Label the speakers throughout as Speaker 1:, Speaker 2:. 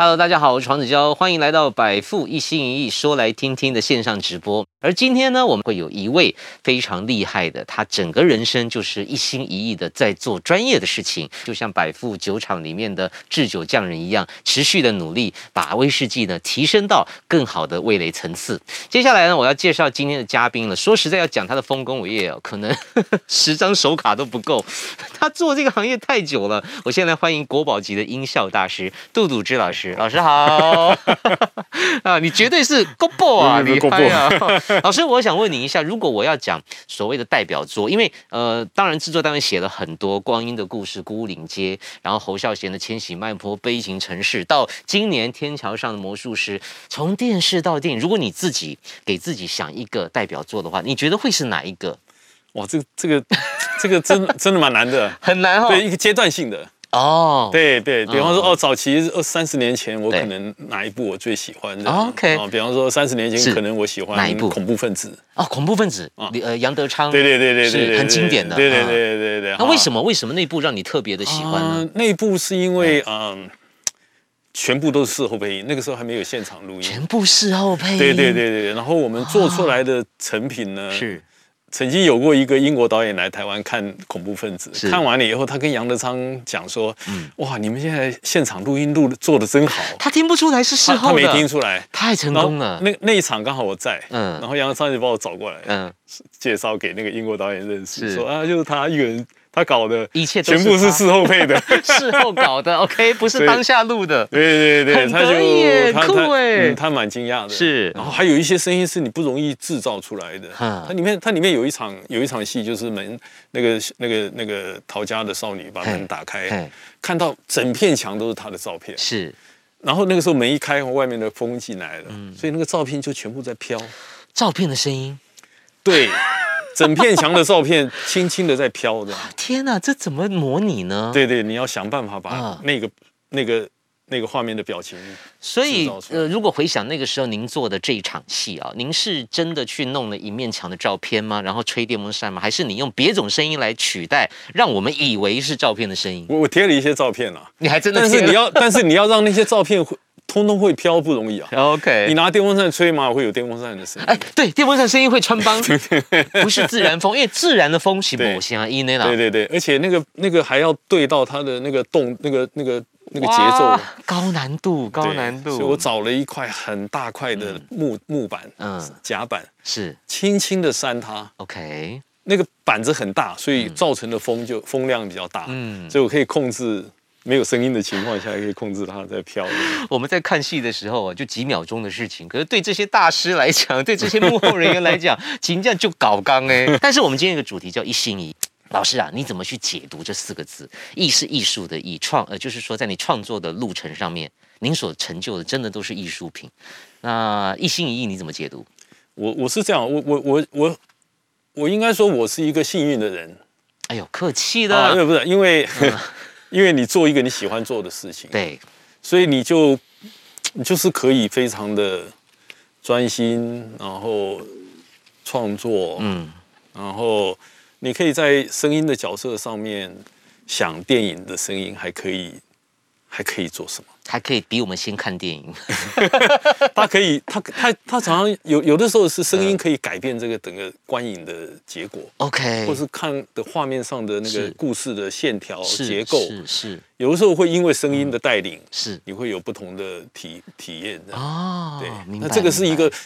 Speaker 1: Hello，大家好，我是黄子佼，欢迎来到百富一心一意说来听听的线上直播。而今天呢，我们会有一位非常厉害的，他整个人生就是一心一意的在做专业的事情，就像百富酒厂里面的制酒匠人一样，持续的努力把威士忌呢提升到更好的味蕾层次。接下来呢，我要介绍今天的嘉宾了。说实在，要讲他的丰功伟业哦，可能 十张手卡都不够。 他做这个行业太久了。我先来欢迎国宝级的音效大师杜笃之老师，老师好。啊，你绝对是够爆啊，
Speaker 2: 不是
Speaker 1: 厉
Speaker 2: 不是
Speaker 1: 害啊！ 老师，我想问你一下，如果我要讲所谓的代表作，因为呃，当然制作单位写了很多《光阴的故事》《孤岭街》，然后侯孝贤的《千禧曼坡》《悲情城市》，到今年《天桥上的魔术师》，从电视到电影，如果你自己给自己想一个代表作的话，你觉得会是哪一个？
Speaker 2: 哇，这个这个这个真真的蛮难的，
Speaker 1: 很难哦。
Speaker 2: 对，一个阶段性的，
Speaker 1: 哦，
Speaker 2: 对对，比方
Speaker 1: 哦
Speaker 2: 说哦，早期二三十年前，我
Speaker 1: 对
Speaker 2: 可能哪一部我最喜欢的
Speaker 1: 哦，OK
Speaker 2: 哦，比方说三十年
Speaker 1: 是
Speaker 2: 前，可能我喜欢
Speaker 1: 哪一部
Speaker 2: 恐怖分子，
Speaker 1: 哦，恐怖分子，
Speaker 2: 啊
Speaker 1: 呃，杨德昌，
Speaker 2: 对对对对对
Speaker 1: 是
Speaker 2: 对，
Speaker 1: 很经典的
Speaker 2: 对对
Speaker 1: 啊
Speaker 2: 对对对对。
Speaker 1: 那为什
Speaker 2: 么
Speaker 1: 么为什么那部让你特别的喜欢呢？？
Speaker 2: 啊那一部是因为嗯，全部都是事后配音，那个时候还没有现场录音。
Speaker 1: 全部事后配音，哦
Speaker 2: 对对对对，对然后我们做出来的成品呢，
Speaker 1: 是
Speaker 2: 曾经有过一个英国导演来台湾看《恐怖分子
Speaker 1: 是》，嗯
Speaker 2: 看完了以后，他跟杨德昌讲说：“哇，你们现在现场录音录的做的真好。
Speaker 1: 他听不出来是事
Speaker 2: 他”
Speaker 1: 后
Speaker 2: 他
Speaker 1: 的，
Speaker 2: 没听哦出来，
Speaker 1: 太成
Speaker 2: 然后
Speaker 1: 功了。
Speaker 2: 那那一场刚好我在，
Speaker 1: 嗯
Speaker 2: 然后杨德昌就把我找过来，
Speaker 1: 嗯，
Speaker 2: 介绍给那个英国导演认
Speaker 1: 是
Speaker 2: 识，说啊，就是他一个人他搞的，
Speaker 1: 一切都是
Speaker 2: 全部
Speaker 1: 他
Speaker 2: 是事后配的。
Speaker 1: 事后搞的 ，OK，不是
Speaker 2: 对
Speaker 1: 当下录的。
Speaker 2: 对对对，
Speaker 1: 很
Speaker 2: 他
Speaker 1: 得意耶
Speaker 2: 就他
Speaker 1: 酷
Speaker 2: 他
Speaker 1: 耶
Speaker 2: 嗯他蛮惊讶的。
Speaker 1: 是
Speaker 2: 然后还有一些声音是你不容易制造出来的。
Speaker 1: 嗯
Speaker 2: 它里面它里面有一场有一场戏，就是门那个那个那个逃家的少女把
Speaker 1: 嘿
Speaker 2: 门打
Speaker 1: 嘿
Speaker 2: 开，看到整片墙都是她的照片。
Speaker 1: 是，
Speaker 2: 然后那个时候门一开，外面的风进来了，
Speaker 1: 嗯
Speaker 2: 所以那个照片就全部在飘。
Speaker 1: 照片的声音，
Speaker 2: 对， 整片墙的照片轻轻的在飘的。
Speaker 1: 天哪，这怎么模拟呢？，
Speaker 2: 对对，你要想办法把
Speaker 1: 嗯
Speaker 2: 那个那个那个画面的表情
Speaker 1: 所以
Speaker 2: 制造出来
Speaker 1: 呃，如果回想那个时候您做的这一场戏啊，您是真的去弄了一面墙的照片吗？然后吹电风扇吗？还是你用别种声音来取代，让我们以为是照片的声音？
Speaker 2: 我我贴了一些照片啊，
Speaker 1: 你还真的
Speaker 2: 但是
Speaker 1: 贴 了
Speaker 2: 你要，但是你要让那些照片会通通会飘不容易啊。你
Speaker 1: OK。
Speaker 2: 拿电风扇吹嘛，会有电风扇的声音。
Speaker 1: 哎，对，电风扇声音会穿 帮，不是自然风，因为自然的风是某些啊，伊内啦，
Speaker 2: 对对对，而且那个那个还要对到它的那个动那个那个那个节奏
Speaker 1: 哇，，高难度，高
Speaker 2: 对
Speaker 1: 难
Speaker 2: 所以
Speaker 1: 度，
Speaker 2: 我找了一块很大块的木、木板，
Speaker 1: 嗯
Speaker 2: 嗯，夹板，
Speaker 1: 是
Speaker 2: 轻轻的扇它。
Speaker 1: OK，
Speaker 2: 那个板子很大，所以造成的风就、风量比较大，
Speaker 1: 嗯
Speaker 2: 嗯，所以我可以控制没有声音的情况下，也可以控制它在飘。
Speaker 1: 我们在看戏的时候啊，就几秒钟的事情，可是对这些大师来讲， 对这些幕后人员来 讲，请这样就搞刚哎。但是我们今天有个主题叫一心一意。老师啊，你怎么去解读这四个字？艺是艺术的艺，创呃，就是说在你创作的路程上面，您所成就的真的都是艺术品。那一心一意你怎么解读？
Speaker 2: 我我是这样，我我我我我应该说，我是一个幸运的人，
Speaker 1: 哎呦，客气的，
Speaker 2: 啊，对不是因为、 因为你做一个你喜欢做的事情，
Speaker 1: 嗯对，
Speaker 2: 所以你就你就是可以非常的专心，然后创作，
Speaker 1: 嗯，
Speaker 2: 然后你可以在声音的角色上面想电影的声音，还可以还可以做什么？
Speaker 1: 还可以比我们先看电影，
Speaker 2: 它可以，它它它常常有有的时候是声
Speaker 1: 嗯
Speaker 2: 音可以改变这个整个观影的结果。
Speaker 1: OK，
Speaker 2: 或是看的画面上的那个
Speaker 1: 是
Speaker 2: 故事的线条
Speaker 1: 是
Speaker 2: 结构，
Speaker 1: 是嗯是
Speaker 2: 有的时候会因为声音的带领，
Speaker 1: 是
Speaker 2: 你会有不同的体体验这样。
Speaker 1: 哦，
Speaker 2: 对，
Speaker 1: 明
Speaker 2: 那
Speaker 1: 白
Speaker 2: 这个是一
Speaker 1: 明白
Speaker 2: 个，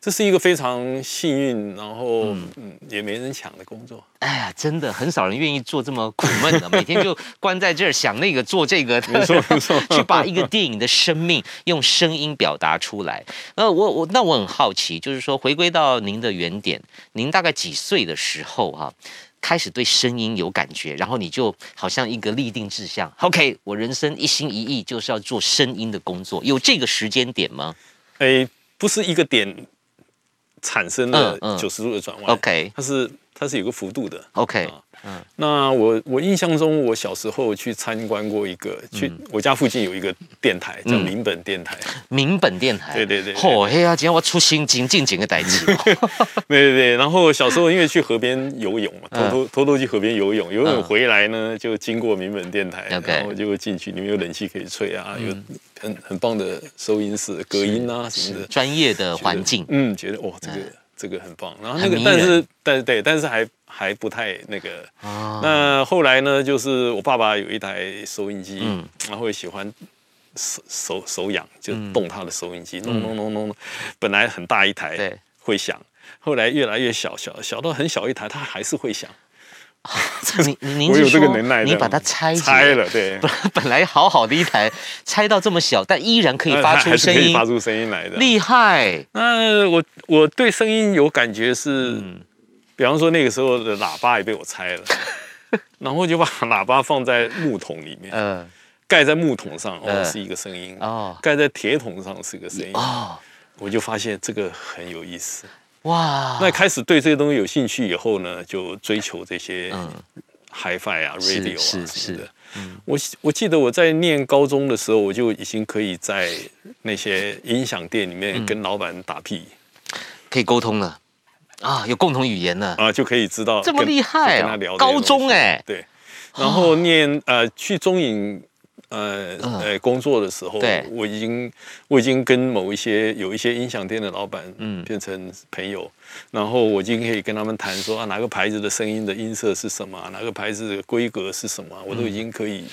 Speaker 2: 这是一个非常幸运，然后嗯也没人抢的工作。
Speaker 1: 哎呀，真的很少人愿意做这么苦闷的，每天 就关在这儿想那个做这个，没错没错，去把一个电影的生命用声音表达出来。呃，我我那我很好奇，就是说回归到您的原点，您大概几岁的时候哈、开始对声音有感觉，然后你就好像一个立定志向，OK，我人生一心一意就是要做声音的工作，有这个时间点吗
Speaker 2: 哎，不是一个点产生了
Speaker 1: 嗯嗯
Speaker 2: 九十度的转弯
Speaker 1: ？OK
Speaker 2: 它是它是有个幅度的。
Speaker 1: OK，
Speaker 2: 啊嗯，那我我印象中，我小时候去参观过一个，去我家附近有一个电台叫
Speaker 1: 嗯
Speaker 2: 林本电台，
Speaker 1: 民本电台，
Speaker 2: 对对对对
Speaker 1: 吼嘿啊，今天我出新景进景的代志，
Speaker 2: 对对对。然后小时候因为去河边游泳 嘛，偷
Speaker 1: 嗯
Speaker 2: 偷偷偷去河边游泳，游
Speaker 1: 嗯
Speaker 2: 泳回来呢，就经过林本电台，
Speaker 1: OK 嗯
Speaker 2: 然后就进去，里面有冷气可以吹啊，有很很棒的收音室、隔音啊什么的
Speaker 1: 是。专业的
Speaker 2: 觉得
Speaker 1: 环境，
Speaker 2: 嗯，觉得哇，这个、这个很棒。然后那
Speaker 1: 很
Speaker 2: 个
Speaker 1: 迷，
Speaker 2: 但是
Speaker 1: 人
Speaker 2: 但是对，但是还还不太那个。
Speaker 1: 啊
Speaker 2: 那后来呢，就是我爸爸有一台收音机，
Speaker 1: 嗯
Speaker 2: 然后也喜欢手手手痒，就动他的收音机，弄弄弄弄，本来很大一台，
Speaker 1: 对，
Speaker 2: 会响。后来越来越小，小小到很小一台，它还是会响。
Speaker 1: 你你您
Speaker 2: 我
Speaker 1: 是
Speaker 2: 有这个
Speaker 1: 说
Speaker 2: 能耐，
Speaker 1: 你把它拆解
Speaker 2: 拆了，对，
Speaker 1: 本 本来好好的一台，拆到这么小，但依然可以发
Speaker 2: 它
Speaker 1: 出
Speaker 2: 还是
Speaker 1: 声
Speaker 2: 可以
Speaker 1: 音
Speaker 2: 发，出声音来的。
Speaker 1: 厉害！
Speaker 2: 那我我对声音有感觉是，比方说那个时候的喇叭也被我拆了，然后就把喇叭放在木桶里面，
Speaker 1: 呃，
Speaker 2: 盖在木桶上，哦，
Speaker 1: 嗯
Speaker 2: 是一个声音；
Speaker 1: 哦
Speaker 2: 盖在铁桶上是个声音。
Speaker 1: 哦，
Speaker 2: 我就发现这个很有意思。
Speaker 1: 哇，
Speaker 2: 那开始对这些东西有兴趣以后呢，就追求这些
Speaker 1: 嗯
Speaker 2: HiFi 啊、
Speaker 1: 是是
Speaker 2: Radio 啊什么
Speaker 1: 是嗯
Speaker 2: 的。我我记得我在念高中的时候，我就已经可以在那些音响店里
Speaker 1: 嗯
Speaker 2: 面跟老板打屁。
Speaker 1: 可以沟通了啊，有共同语言了，
Speaker 2: 啊，就可以知道
Speaker 1: 这么
Speaker 2: 跟
Speaker 1: 厉害
Speaker 2: 就跟他
Speaker 1: 啊
Speaker 2: 聊！这些
Speaker 1: 高中
Speaker 2: 东西
Speaker 1: 哎，
Speaker 2: 对，然后念呃去中影呃
Speaker 1: 啊嗯
Speaker 2: 呃工作的时候
Speaker 1: 对，
Speaker 2: 我已经我已经跟某一些有一些音响店的老板
Speaker 1: 嗯
Speaker 2: 变成朋友，然后我已经可以跟他们谈说啊哪个牌子的声音的音色是什么啊，哪个牌子的规格是什么啊，我都
Speaker 1: 嗯
Speaker 2: 已经可以，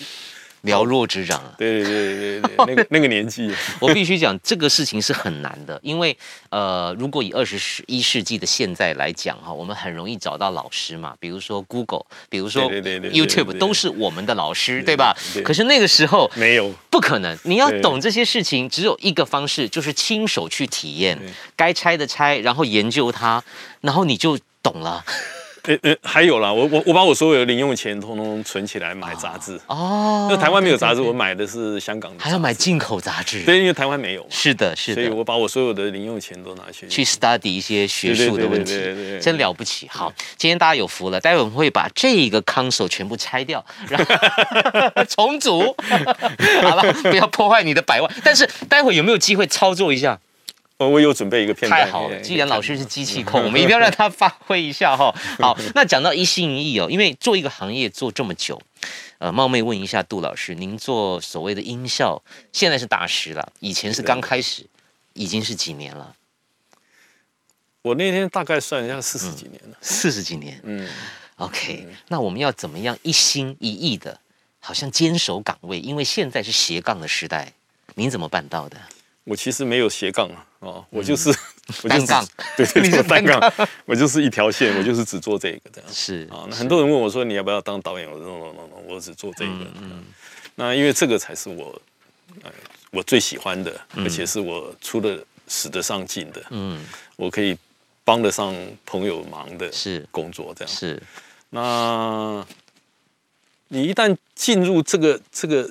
Speaker 1: 了若指掌啊。
Speaker 2: 对对对对对，那个那个年纪，
Speaker 1: 我必须讲，这个事情是很难的，因为呃，如果以二十一世纪的现在来讲哈，我们很容易找到老师嘛，比如说 Google，比如说
Speaker 2: 对对对对对
Speaker 1: YouTube，
Speaker 2: 对
Speaker 1: 都是我们的老师，
Speaker 2: 对
Speaker 1: 对吧
Speaker 2: 对？
Speaker 1: 可是那个时候
Speaker 2: 没有
Speaker 1: 不可能，你要
Speaker 2: 对
Speaker 1: 懂这些事情，只有一个方式，就是亲手去体验
Speaker 2: 对，
Speaker 1: 该拆的拆，然后研究它，然后你就懂了。
Speaker 2: 呃呃还有啦，我我我把我所有的零用钱通通存起来买杂志。
Speaker 1: 哦，
Speaker 2: 那台湾没有杂志，
Speaker 1: 对，
Speaker 2: 我买的是香港的。
Speaker 1: 还要买进口杂志。
Speaker 2: 对，因为台湾没有嘛，
Speaker 1: 是的，是
Speaker 2: 所以
Speaker 1: 的。
Speaker 2: 我把我所有的零用钱都拿去
Speaker 1: 去 study 一些学术的问题
Speaker 2: 对对对对对对，对
Speaker 1: 真了不起。好，今天大家有福了，待会我们会把这个 console 全部拆掉，然 后重组。好了，不要破坏你的百万。但是待会有没有机会操作一下？
Speaker 2: 我呃我有准备一个片段。
Speaker 1: 太好了，
Speaker 2: 哎
Speaker 1: 既然老师是机器控，我们一定要让他发挥一下 哈。好，那讲到一心一意哦，因为做一个行业做这么久，呃，冒昧问一下杜老师，您做所谓的音效，现在是大师了，以前是刚开始，已经是几年了，
Speaker 2: 我那天大概算一下，四十几年了。
Speaker 1: 四十几年。
Speaker 2: 嗯，
Speaker 1: OK，、那我们要怎么样一心一意的，好像坚守岗位？因为现在是斜杠的时代，您怎么办到的？
Speaker 2: 我其实没有斜杠啊，哦，我就是、
Speaker 1: 嗯
Speaker 2: 我就
Speaker 1: 单
Speaker 2: 是
Speaker 1: 杠，
Speaker 2: 对 对
Speaker 1: 你是
Speaker 2: 对，单
Speaker 1: 单杠
Speaker 2: 杠，我就是一条线，我就是只做这个这样。
Speaker 1: 是
Speaker 2: 啊，那很多人问我说你要不要当导演？我说 no no no no，我只做这个。嗯那因为这个才是我，呃，我最喜欢的，而且是我出的使得上劲的。
Speaker 1: 嗯，
Speaker 2: 我可以帮得上朋友忙的
Speaker 1: 是
Speaker 2: 工作这样。
Speaker 1: 是
Speaker 2: 那你一旦进入这个这个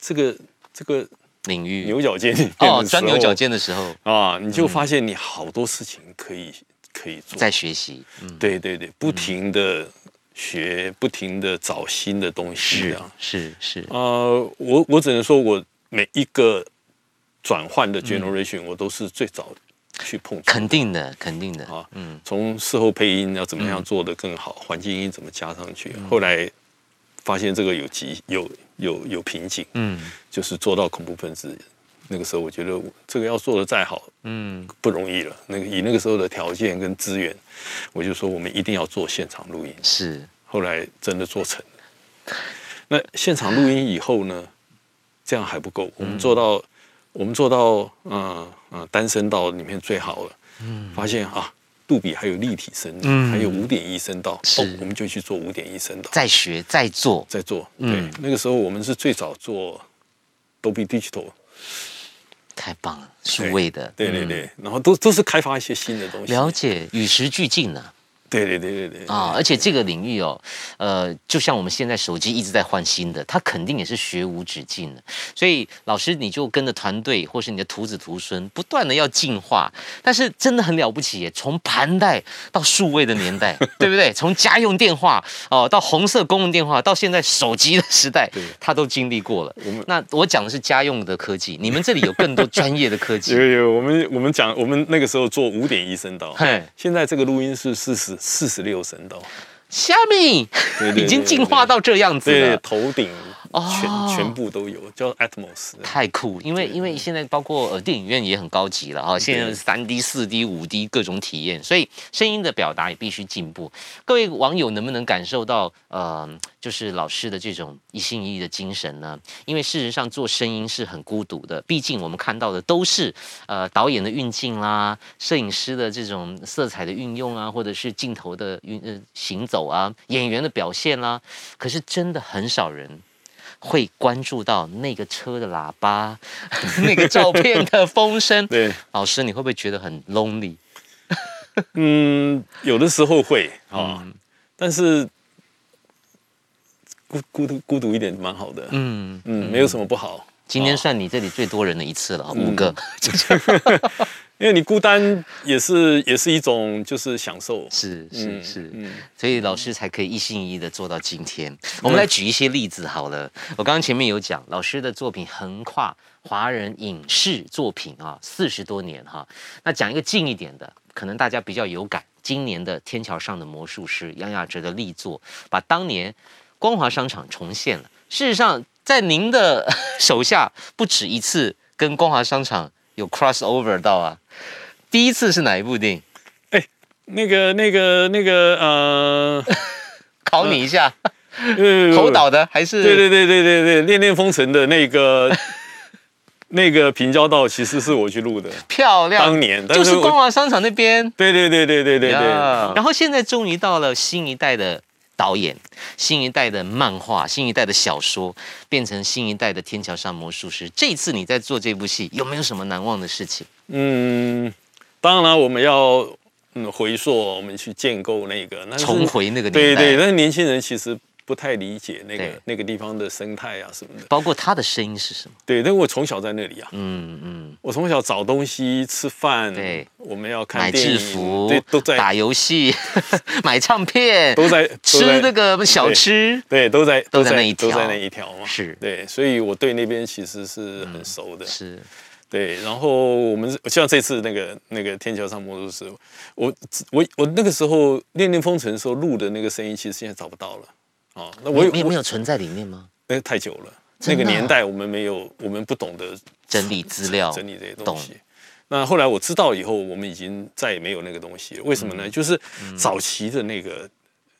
Speaker 2: 这个这个
Speaker 1: 领域
Speaker 2: 牛角尖里面的时候
Speaker 1: 哦，钻牛角尖的时候
Speaker 2: 啊，你就发现你好多事情可以可以做。
Speaker 1: 在学习，嗯，
Speaker 2: 对对对，不停的学，不停的找新的东西啊。
Speaker 1: 是是
Speaker 2: 呃，我我只能说，我每一个转换的 generation，、我都是最早去碰触。
Speaker 1: 肯定的，肯定的
Speaker 2: 啊，
Speaker 1: 嗯，
Speaker 2: 从事后配音要怎么样做得更好，环境音怎么加上去。后来发现这个有极有有有瓶颈，
Speaker 1: 嗯
Speaker 2: 就是做到恐怖分子。那个时候我觉得我这个要做得再好
Speaker 1: 嗯，
Speaker 2: 不容易了。那个以那个时候的条件跟资源，我就说我们一定要做现场录音。
Speaker 1: 是
Speaker 2: 后来真的 做成了。那现场录音以后呢，这样还不够，
Speaker 1: 嗯
Speaker 2: 我们做到、我们做到嗯嗯单声道里面最好了，嗯，发现啊杜比还有立体声，
Speaker 1: 嗯
Speaker 2: 还有五点一声道，
Speaker 1: 是
Speaker 2: 哦，我们就去做五点一声道，
Speaker 1: 在学在做，
Speaker 2: 在做，对，
Speaker 1: 嗯
Speaker 2: 那个时候我们是最早做 Dolby Digital，
Speaker 1: 太棒了，数位的，
Speaker 2: 对对
Speaker 1: 嗯，
Speaker 2: 对，然后都都是开发一些新的东西，
Speaker 1: 了解，与时俱进呢，
Speaker 2: 对对对对对
Speaker 1: 啊，而且这个领域哦，呃，就像我们现在手机一直在换新的，它肯定也是学无止境的。所以老师你就跟着团队或是你的徒子徒孙，不断的要进化。但是真的很了不起耶，从盘带到数位的年 代，对不对？从家用电话哦、到红色公用电话，到现在手机的时代
Speaker 2: 对，
Speaker 1: 他都经历过了
Speaker 2: 我们。
Speaker 1: 那我讲的是家用的科技，你们这里有更多专业的科技
Speaker 2: 有。有，我们我们讲，我们那个时候做五点一声道
Speaker 1: 嘿，
Speaker 2: 现在这个录音是四十四十六声道，
Speaker 1: 虾米
Speaker 2: 对对对
Speaker 1: 已经进化到这样子
Speaker 2: 对
Speaker 1: 了，。
Speaker 2: 头顶全、
Speaker 1: 哦
Speaker 2: 全部都有，叫 Atmos。
Speaker 1: 太酷，因为因为现在包括呃电影院也很高级了啊、现在
Speaker 2: 对
Speaker 1: 三 D、四 D、五 D 各种体验，所以声音的表达也必须进步。各位网友能不能感受到呃，就是老师的这种一心一意的精神呢？因为事实上做声音是很孤独的，毕竟我们看到的都是呃导演的运镜啦、摄影师的这种色彩的运用啊，或者是镜头的运呃行走啊、演员的表现啦、可是真的很少人会关注到那个车的喇叭，那个照片的风 声。
Speaker 2: 对，
Speaker 1: 老师，你会不会觉得很 lonely？
Speaker 2: 嗯，有的时候会
Speaker 1: 嗯
Speaker 2: 啊、但是孤孤独孤独一点蛮好的，嗯
Speaker 1: 嗯，
Speaker 2: 没有什么不好，
Speaker 1: 今天算你这里最多人的一次了，五个，
Speaker 2: 因为你孤单也是也是一种就是享受，
Speaker 1: 是是
Speaker 2: 嗯
Speaker 1: 是。
Speaker 2: 嗯，
Speaker 1: 所以老师才可以一心一意的做到今天。我们来举一些例子好了。我刚刚前面有讲，老师的作品横跨华人影视作品啊，四十多年哈、那讲一个近一点的，可能大家比较有感，今年的《天桥上的魔术师》杨雅哲的力作，把当年光华商场重现了。事实上，在您的手下不止一次跟光华商场有 crossover 到啊。第一次是哪一部电影？
Speaker 2: 那个那个那 个呃，
Speaker 1: 考你一下，
Speaker 2: 呃
Speaker 1: 侯导的还是
Speaker 2: 对对对对对对，《恋恋风尘》的那个那个平交道，其实是我去录的。
Speaker 1: 漂亮，
Speaker 2: 当年但
Speaker 1: 就是是
Speaker 2: 我
Speaker 1: 光华商场那边。
Speaker 2: 对对对对对对对。
Speaker 1: 呀然后现在终于到了新一代的导演、新一代的漫画、新一代的小说，变成新一代的天桥上魔术师。这一次你在做这部戏，有没有什么难忘的事情？
Speaker 2: 嗯，当然我们要嗯回溯，我们去建构那个，那是
Speaker 1: 重回那个
Speaker 2: 对
Speaker 1: 年代，
Speaker 2: 对，但是年轻人其实不太理解那
Speaker 1: 对
Speaker 2: 个那个地方的生态啊什么的。
Speaker 1: 包括他的声音是什么？
Speaker 2: 对，但我从小在那里啊，
Speaker 1: 嗯嗯，
Speaker 2: 我从小找东西、吃饭，
Speaker 1: 对，
Speaker 2: 我们要看
Speaker 1: 买
Speaker 2: 电影
Speaker 1: 制服
Speaker 2: 对，都，在
Speaker 1: 打游 戏，买唱片，
Speaker 2: 都在都在
Speaker 1: 吃那个小
Speaker 2: 对
Speaker 1: 吃。
Speaker 2: 对，都在
Speaker 1: 都在那一条
Speaker 2: 都在那一条嘛。
Speaker 1: 是嗯
Speaker 2: 对，所以我对那边其实是很熟的。
Speaker 1: 是，
Speaker 2: 对，然后我们是像这次那个那个天桥上魔术师，我我我那个时候《恋恋风尘》的时候录的那个声音，其实现在找不到了。哦，那我
Speaker 1: 没
Speaker 2: 有
Speaker 1: 有没有没
Speaker 2: 有，
Speaker 1: 有存在里面吗？
Speaker 2: 那个太久了，那
Speaker 1: 真的
Speaker 2: 个
Speaker 1: 啊
Speaker 2: 年代我们没有，我们不懂得
Speaker 1: 整理资料，
Speaker 2: 整理这些东
Speaker 1: 懂
Speaker 2: 西。那后来我知道以后，我们已经再也没有那个东西了。为什么
Speaker 1: 嗯
Speaker 2: 呢？就是早期的那个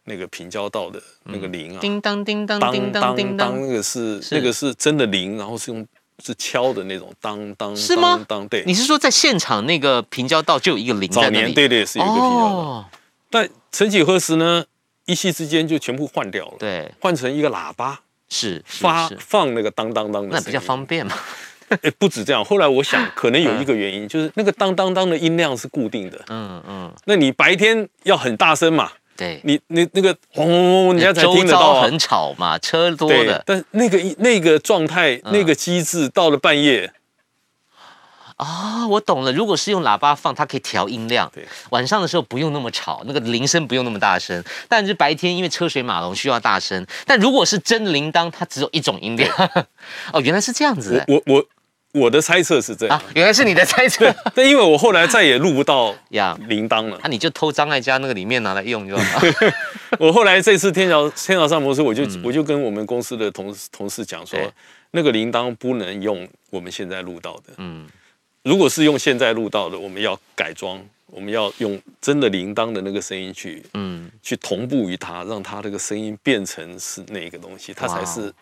Speaker 2: 那个平交道的那个铃啊，
Speaker 1: 叮当叮当叮当
Speaker 2: 当当
Speaker 1: 叮
Speaker 2: 当，
Speaker 1: 当
Speaker 2: 那，个是
Speaker 1: 是
Speaker 2: 那个是真的铃，然后是用是敲的那种当当，
Speaker 1: 是吗
Speaker 2: 当当对，
Speaker 1: 你是说在现场那个平交道就有一个零
Speaker 2: 早
Speaker 1: 在那
Speaker 2: 年
Speaker 1: 里？
Speaker 2: 对对是有一个平交道，
Speaker 1: 哦，
Speaker 2: 但曾几何时呢，一夕之间就全部换掉了，，
Speaker 1: 对，
Speaker 2: 换成一个喇叭
Speaker 1: 是是
Speaker 2: 发
Speaker 1: 是，
Speaker 2: 放那个当当当的，
Speaker 1: 那比较方。便嘛。
Speaker 2: 哎，不止这样，后来 我想可能有一个原因，就是那个当当当的音量是固定的，
Speaker 1: 嗯嗯，
Speaker 2: 那你白天要很大声嘛，
Speaker 1: 对，
Speaker 2: 你你那个轰轰轰，人家才
Speaker 1: 周
Speaker 2: 听得到
Speaker 1: 遭
Speaker 2: 啊。
Speaker 1: 很吵嘛，车多
Speaker 2: 对
Speaker 1: 的，嗯
Speaker 2: 但那个那个状态、那个机制到了半夜，
Speaker 1: 啊，我懂了。如果是用喇叭放，它可以调音量
Speaker 2: 对，
Speaker 1: 晚上的时候不用那么吵，那个铃声不用那么大声。但是白天因为车水马龙需要大声，但如果是真铃铛，它只有一种音量。 哦，原来是这样子
Speaker 2: 我我我我的猜测是这样
Speaker 1: 啊，，原来是你的猜测
Speaker 2: 但因为我后来再也录不到
Speaker 1: 呀。
Speaker 2: 铃铛了
Speaker 1: 那、。啊你就偷张艾嘉那个里面拿来用就好了。
Speaker 2: 我后来这次 天桥天桥上魔术，我就、我就跟我们公司的同事同事讲
Speaker 1: 嗯
Speaker 2: 说
Speaker 1: 对，
Speaker 2: 那个铃铛不能用我们现在录到的。
Speaker 1: 嗯
Speaker 2: 嗯，如果是用现在录到的，我们要改装，我们要用真的铃铛的那个声音去、
Speaker 1: 嗯，
Speaker 2: 去同步于它，让它这个声音变成是那个东西，它
Speaker 1: 哇哦
Speaker 2: 才是。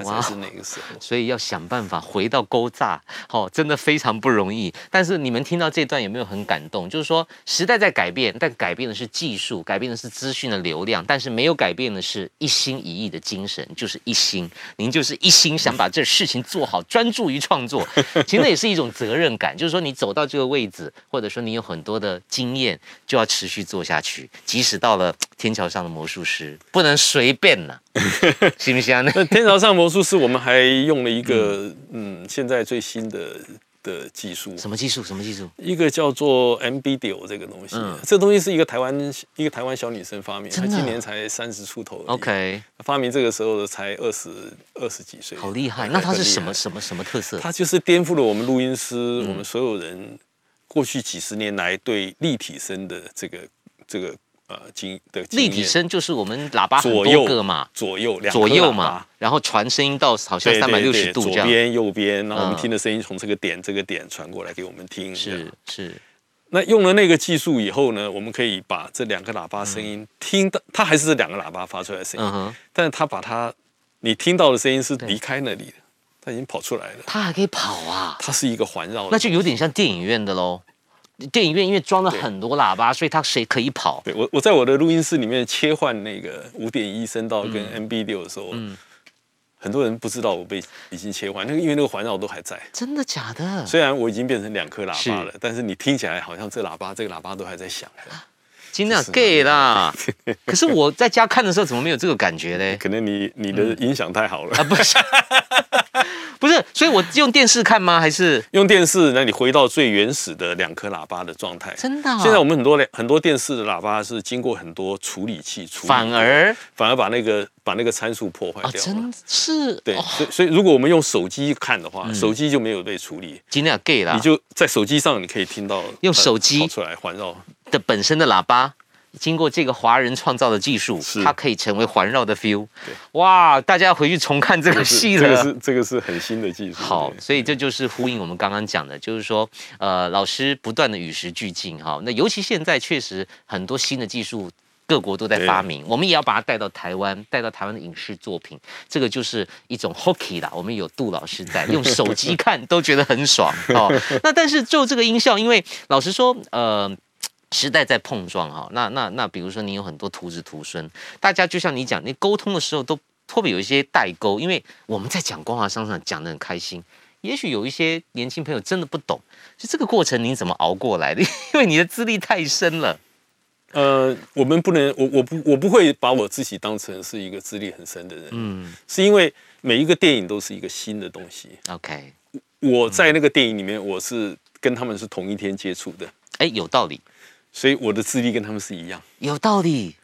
Speaker 2: 那才是那个时候。
Speaker 1: 所以要想办法回到勾栅，哦，真的非常不容易。但是你们听到这段有没有很感动？就是说时代在改变，但改变的是技术，改变的是资讯的流量，但是没有改变的是一心一意的精神，就是一心。您就是一心想把这事情做好，专注于创作。其实那也是一种责任感，就是说你走到这个位置，或者说你有很多的经验，就要持续做下去。即使到了天桥上的魔术师，不能随便呐、行不行啊？那
Speaker 2: 那天朝上魔术师，我们还用了一个嗯现在最新的的技术，
Speaker 1: 什么技术？什么技术？
Speaker 2: 一个叫做 MBDO 这个东西，
Speaker 1: 嗯
Speaker 2: 这东西是一个台湾一个台湾小女生发明，她
Speaker 1: 真的啊
Speaker 2: 今年才三十出头而已
Speaker 1: OK，
Speaker 2: 发明这个时候的才二十二十几岁，
Speaker 1: 好厉害！
Speaker 2: 很
Speaker 1: 那它是
Speaker 2: 哎很厉
Speaker 1: 什么嗯
Speaker 2: 害
Speaker 1: 什么什么特色？
Speaker 2: 它就是颠覆了我们录音师，我们所有人过去几十年来对立体声的这个这个呃经的经
Speaker 1: 立
Speaker 2: 验
Speaker 1: 体声就是我们喇叭很
Speaker 2: 左
Speaker 1: 多
Speaker 2: 右
Speaker 1: 个嘛，
Speaker 2: 左右两颗
Speaker 1: 左右
Speaker 2: 喇叭
Speaker 1: 嘛，然后传声音到好像
Speaker 2: 对
Speaker 1: 三百六
Speaker 2: 对
Speaker 1: 十
Speaker 2: 对
Speaker 1: 度这
Speaker 2: 左
Speaker 1: 样。
Speaker 2: 边右边，然后我们
Speaker 1: 嗯
Speaker 2: 听的声音从这个点这个点传过来给我们听。这
Speaker 1: 是
Speaker 2: 样
Speaker 1: 是，
Speaker 2: 那用了那个技术以后呢，我们可以把这两个喇叭声音听到，它还是这两个喇叭发出来的声音，
Speaker 1: 嗯哼，
Speaker 2: 但是它把它你听到的声音是离开那里的，它已经跑出来了，
Speaker 1: 它还可以跑啊，
Speaker 2: 它是一个环绕的。
Speaker 1: 那就有点像电影院的喽。电影院因为装了很多喇叭，所以它谁可以跑？
Speaker 2: 对我，我在我的录音室里面切换那个五点一声道
Speaker 1: 嗯
Speaker 2: 跟 MB 六的时候，很多人不知道我被已经切换，那个因为那个环绕都还在。
Speaker 1: 真的假的？
Speaker 2: 虽然我已经变成两颗喇叭
Speaker 1: 是啊
Speaker 2: 了，但是你听起来好像这喇叭这个喇叭都还在响的，
Speaker 1: 尽量
Speaker 2: 是
Speaker 1: gay 啦。可是我在家看的时候，怎么没有这个感觉嘞？
Speaker 2: 可能你你的音响太好了。
Speaker 1: 啊，不是， 不是，所以我用电视看吗？还是
Speaker 2: 用电视，那你回到最原始的两颗喇叭的状态。
Speaker 1: 真的啊
Speaker 2: 现在我们很多很多电视的喇叭是经过很多处理器处理，
Speaker 1: 反而
Speaker 2: 反而把那个把那个参数破坏
Speaker 1: 啊，
Speaker 2: 掉了。
Speaker 1: 真是
Speaker 2: 对，
Speaker 1: 哦嗯
Speaker 2: 所以所以如果我们用手机看的话，手机就没有被处理，
Speaker 1: 尽量 gay 啦。
Speaker 2: 你就在手机上，你可以听到
Speaker 1: 啊用
Speaker 2: 它
Speaker 1: 手机
Speaker 2: 跑出来环绕，
Speaker 1: 的本身的喇叭，经过这个华人创造的技术，
Speaker 2: 是
Speaker 1: 它可以成为环绕的 feel
Speaker 2: 对。
Speaker 1: 哇，大家回去重看这个戏
Speaker 2: 这个
Speaker 1: 了。
Speaker 2: 是这个是很新的技术。
Speaker 1: 好，
Speaker 2: 对
Speaker 1: 所以这就是呼应我们刚刚讲的，就是说，呃，老师不断的与时俱进哈。那尤其现在确实很多新的技术。各国都在发明，我们也要把它带到台湾，带到台湾的影视作品，这个就是一种 hockey 啦。我们有杜老师在，用手机看都觉得很爽哦。那但是就这个音效，因为老实说，呃，时代在碰撞哈、那那那，比如说你有很多徒子徒孙，大家就像你讲，你沟通的时候都会不会有一些代沟？因为我们在讲光华商场讲得很开心，也许有一些年轻朋友真的不懂，就这个过程你怎么熬过来的？ 因为你的资历太深了。
Speaker 2: 呃，我们不能，我我不我不会把我自己当成是一个资历很深的人，嗯，是因为每一个电影都是一个新的东西。
Speaker 1: OK，
Speaker 2: 我在那个电影里面，我是跟他们是同一天接触的，
Speaker 1: 哎，有道理，
Speaker 2: 所以我的资历跟他们是一样。
Speaker 1: 有道理。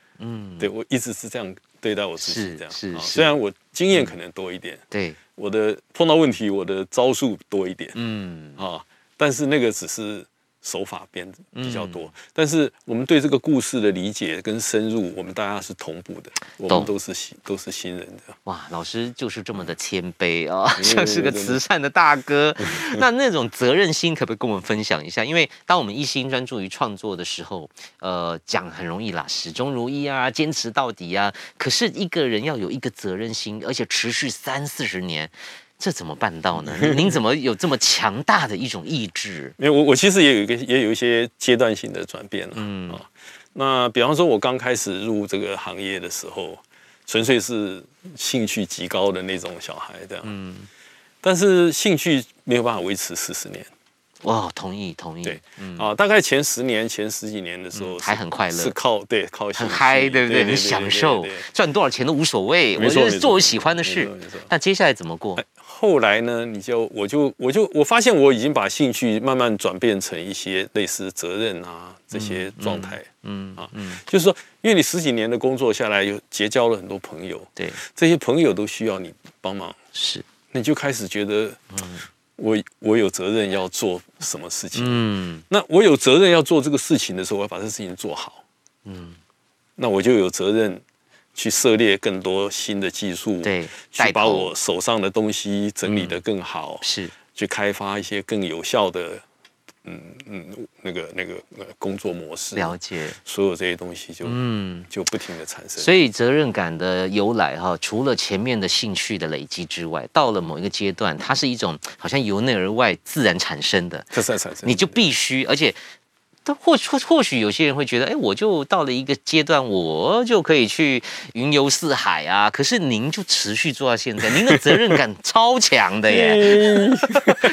Speaker 2: 对我一直是这样对待我自己
Speaker 1: 嗯是，
Speaker 2: 这样
Speaker 1: 是
Speaker 2: 啊
Speaker 1: 是嗯
Speaker 2: 虽然我经验可能多一点，
Speaker 1: 对，
Speaker 2: 我的碰到问题我的招数多一点
Speaker 1: 嗯，
Speaker 2: 啊，但是那个只是手法变比较多，但是我们对这个故事的理解跟深入，我们大家是同步的，我
Speaker 1: 懂
Speaker 2: 们都是新都是新人的。
Speaker 1: 哇，老师就是这么的谦卑啊、 像是个慈善的大哥。 那那种责任心，可不可以跟我们分享一下？因为当我们一心专注于创作的时候，呃，讲很容易啦，始终如一啊，坚持到底啊。可是一个人要有一个责任心，而且持续三四十年，这怎么办到呢？您您怎么有这么强大的一种意志？
Speaker 2: 因为我我其实也有一个也有一些阶段性的转变了，嗯啊，那比方说，我刚开始入这个行业的时候，纯粹是兴趣极高的那种小孩这样，嗯，但是兴趣没有办法维持四十年，
Speaker 1: 哇，同意同意，
Speaker 2: 对，啊，大概前十年、前十几年的时候
Speaker 1: 嗯
Speaker 2: 是
Speaker 1: 还很快乐
Speaker 2: 是靠对靠兴
Speaker 1: 很
Speaker 2: 趣
Speaker 1: 嗨，对不对？很享受
Speaker 2: 对对，
Speaker 1: 赚多少钱都无所谓，我
Speaker 2: 没错
Speaker 1: 就是
Speaker 2: 没错
Speaker 1: 做我喜欢的事
Speaker 2: 没错没哎错。
Speaker 1: 那接下来怎么过？
Speaker 2: 后来呢，你就我就我就我发现我已经把兴趣慢慢转变成一些类似责任啊这些状态，
Speaker 1: 嗯
Speaker 2: 啊
Speaker 1: 嗯，
Speaker 2: 就是说，因为你十几年的工作下来，又结交了很多朋友，
Speaker 1: 对，
Speaker 2: 这些朋友都需要你帮忙，
Speaker 1: 是，
Speaker 2: 你就开始觉得，
Speaker 1: 嗯
Speaker 2: 我我有责任要做什么事情。
Speaker 1: 嗯。
Speaker 2: 那我有责任要做这个事情的时候，我要把这事情做好。嗯，那我就有责任去涉猎更多新的技术，
Speaker 1: 对带
Speaker 2: 去把
Speaker 1: 头嗯
Speaker 2: 我嗯手上的东西整理得更好，
Speaker 1: 是
Speaker 2: 去开发一些更有效的嗯嗯那个那个呃工作模式，
Speaker 1: 了解，
Speaker 2: 所有这些东西就
Speaker 1: 嗯。
Speaker 2: 就不停的产生。
Speaker 1: 所以责任感的由来哈，除了前面的兴趣的累积之外，到了某一个阶段，它是一种好像由内而外自然产生的，
Speaker 2: 这才产生，
Speaker 1: 你就必须，而且。但或或或许有些人会觉得，哎，我就到了一个阶段，我就可以去云游四海啊。可是您就持续做到现在，您的责任感超强的 耶，
Speaker 2: 嗯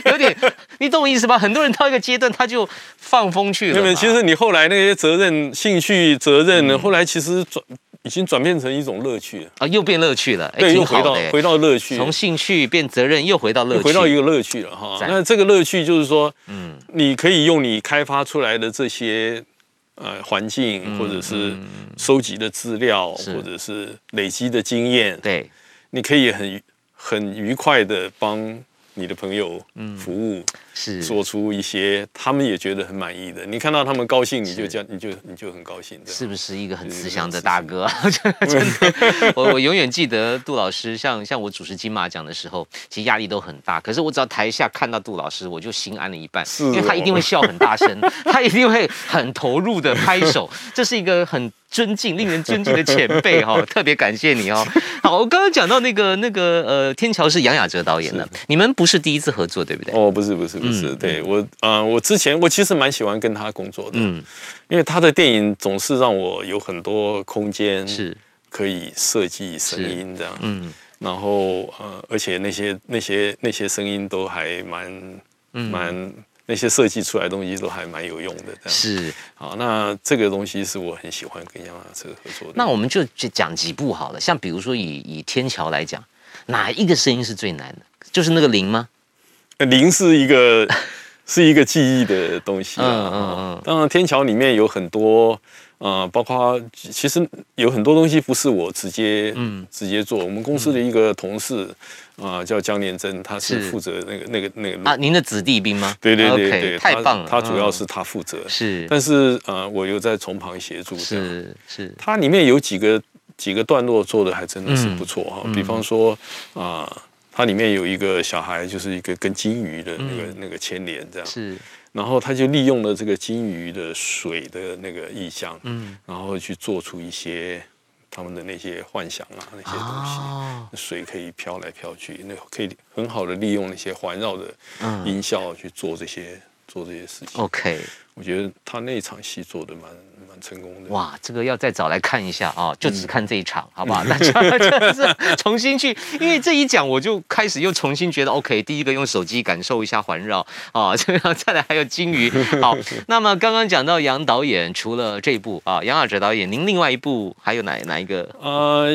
Speaker 1: 有点，你懂我意思吧？很多人到一个阶段，他就放风去了
Speaker 2: 没有，
Speaker 1: 嘛。
Speaker 2: 其实你后来那些责任、兴趣、责任
Speaker 1: 嗯
Speaker 2: 呢，后来其实转已经转变成一种乐趣了，
Speaker 1: 啊，又变乐趣了，哎，
Speaker 2: 对，又
Speaker 1: 挺
Speaker 2: 回
Speaker 1: 好
Speaker 2: 到
Speaker 1: 的耶
Speaker 2: 回到乐趣，
Speaker 1: 从兴趣变责任，又回到乐趣，
Speaker 2: 回到一个乐趣了哈。
Speaker 1: 赞
Speaker 2: 那这个乐趣就是说，
Speaker 1: 嗯
Speaker 2: 你可以用你开发出来的这些呃环境，或者是收集的资料，
Speaker 1: 嗯是
Speaker 2: 或者是累积的经验，
Speaker 1: 对，
Speaker 2: 你可以很愉很愉快的帮你的朋友服务，
Speaker 1: 嗯是
Speaker 2: 做出一些他们也觉得很满意的。你看到他们高兴，你就叫你就你就很高兴。这样
Speaker 1: 是不是一个很
Speaker 2: 是
Speaker 1: 慈
Speaker 2: 很
Speaker 1: 祥的
Speaker 2: 慈
Speaker 1: 大哥？ 真的，真的我我永远记得杜老师，像像我主持金马奖的时候，其实压力都很大。可是我只要台下看到杜老师，我就心安了一半，
Speaker 2: 是
Speaker 1: 因为他
Speaker 2: 哦
Speaker 1: 一定会笑很大声， 他一定会很投入的拍手，这是一个很。尊敬，令人尊敬的前辈 哈、哦，特别感谢你哦。好，我刚刚讲到那个那个呃，天桥是杨雅哲导演的，你们不是第一次合作对不对？
Speaker 2: 哦，不是不是不
Speaker 1: 嗯
Speaker 2: 是，对我啊、呃我之前我其实蛮喜欢跟他工作的，
Speaker 1: 嗯，
Speaker 2: 因为他的电影总是让我有很多空间，
Speaker 1: 是，
Speaker 2: 可以设计声
Speaker 1: 是
Speaker 2: 音这样，
Speaker 1: 嗯
Speaker 2: 然后呃，而且那些那些那些声音都还蛮
Speaker 1: 嗯
Speaker 2: 蛮那些设计出来的东西都还蛮有用的这样。
Speaker 1: 是。
Speaker 2: 好，那这个东西是我很喜欢跟亚马车合作的。
Speaker 1: 那我们就就讲几部好了，像比如说以以天桥来讲，哪一个声音是最难的？就是那个零吗？
Speaker 2: 呃零是一个是一个记忆的东西啊。
Speaker 1: 嗯嗯
Speaker 2: 哦
Speaker 1: 嗯
Speaker 2: 当然，天桥里面有很多，呃，包括其实有很多东西不是我直接嗯直接做。我们公司的一个同事啊、呃叫江连珍，他是
Speaker 1: 嗯是
Speaker 2: 负责那个那个那个。
Speaker 1: 啊，您的子弟兵吗？啊
Speaker 2: 对对对
Speaker 1: OK，
Speaker 2: 对，
Speaker 1: 太
Speaker 2: 他
Speaker 1: 棒了。
Speaker 2: 他主要
Speaker 1: 嗯
Speaker 2: 是他负责，
Speaker 1: 是
Speaker 2: 但是呃，我有在从旁协助。这样
Speaker 1: 是是
Speaker 2: 它里面有几个几个段落做的还真的是不错哈、比方说啊、它里面有一个小孩，就是一个跟金鱼的那个、那个牵连这样，
Speaker 1: 是
Speaker 2: 然后他就利用了这个金鱼的水的那个意象，嗯，然后去做出一些他们的那些幻想啊那些东西。
Speaker 1: 哦，
Speaker 2: 水可以飘来飘去，那可以很好的利用那些环绕的
Speaker 1: 嗯
Speaker 2: 音效去做这些、做这些事情。
Speaker 1: OK，
Speaker 2: 我觉得他那场戏做的蛮蛮成功的。
Speaker 1: 哇，这个要再找来看一下啊、就只看这一场，好不好？ 大家就是重新去，因为这一讲我就开始又重新觉得 OK。第一个用手机感受一下环绕啊， 这、样再来还有金鱼。好，那么刚刚讲到杨导演，除了这一部啊，杨雅哲导演，您另外一部还有哪哪一个？
Speaker 2: 呃，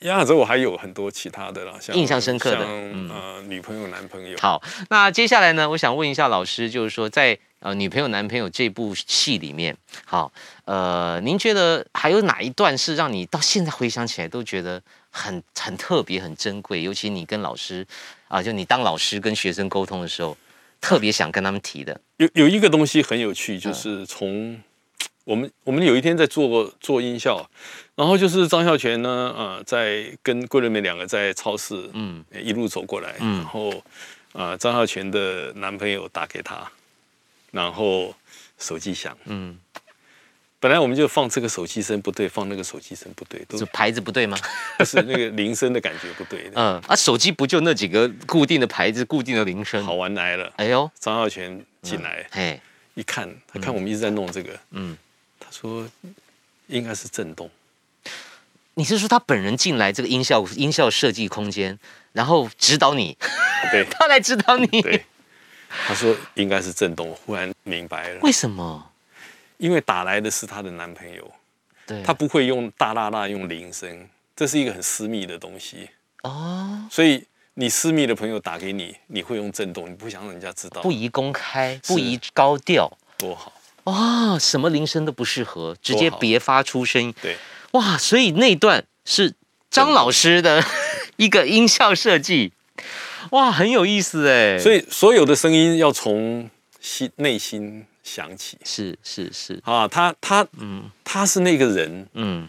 Speaker 2: 杨雅哲我还有很多其他的啦，像
Speaker 1: 印象深刻的
Speaker 2: 像
Speaker 1: 嗯
Speaker 2: 呃女朋友、男朋友，
Speaker 1: 好，那接下来呢，我想问一下老师，就是说在呃女朋友男朋友这部戏里面，好，呃，您觉得还有哪一段是让你到现在回想起来都觉得很很特别、很珍贵？尤其你跟老师啊、就你当老师跟学生沟通的时候，特别想跟他们提的，
Speaker 2: 有有一个东西很有趣，
Speaker 1: 嗯
Speaker 2: 就是从、我们我们有一天在做做音效，然后就是张孝全呢，呃，在跟桂纶镁两个在超市，
Speaker 1: 嗯
Speaker 2: 呃一路走过来，
Speaker 1: 嗯
Speaker 2: 然后呃，张孝全的男朋友打给他，然后手机响，
Speaker 1: 嗯，
Speaker 2: 本来我们就放这个手机声不对，放那个手机声不对，都
Speaker 1: 这牌子不对 吗？
Speaker 2: 不是那个铃声的感觉不对，
Speaker 1: 嗯，啊，手机不就那几个固定的牌子、固定的铃声？
Speaker 2: 好，玩来了。
Speaker 1: 哎呦，
Speaker 2: 张浩全进来、
Speaker 1: 嘿，
Speaker 2: 一看，他看我们一直在弄这个，
Speaker 1: 嗯，
Speaker 2: 他说应该是震动，
Speaker 1: 你是说他本人进来这个音效音效设计空间，然后指导你？
Speaker 2: 对
Speaker 1: 他来指导你。
Speaker 2: 对， 他说应该是震动，我忽然明白了，
Speaker 1: 为什么？
Speaker 2: 因为打来的是她的男朋友，
Speaker 1: 对，
Speaker 2: 他不会用大大大用铃声，这是一个很私密的东西，
Speaker 1: 哦，
Speaker 2: 所以你私密的朋友打给你，你会用震动，你不想让人家知道
Speaker 1: 不，宜公开，
Speaker 2: 是
Speaker 1: 不宜高调。
Speaker 2: 多好，
Speaker 1: 哇，什么铃声都不适合，直接
Speaker 2: 多好
Speaker 1: 别发出声音。
Speaker 2: 对，
Speaker 1: 哇，所以那段是张老师的 一个音效设计，哇，很有意思哎。
Speaker 2: 所
Speaker 1: 以
Speaker 2: 以所有的声音要从心内心响起
Speaker 1: 是是是，
Speaker 2: 啊，他他
Speaker 1: 嗯
Speaker 2: 他是那个人。
Speaker 1: 嗯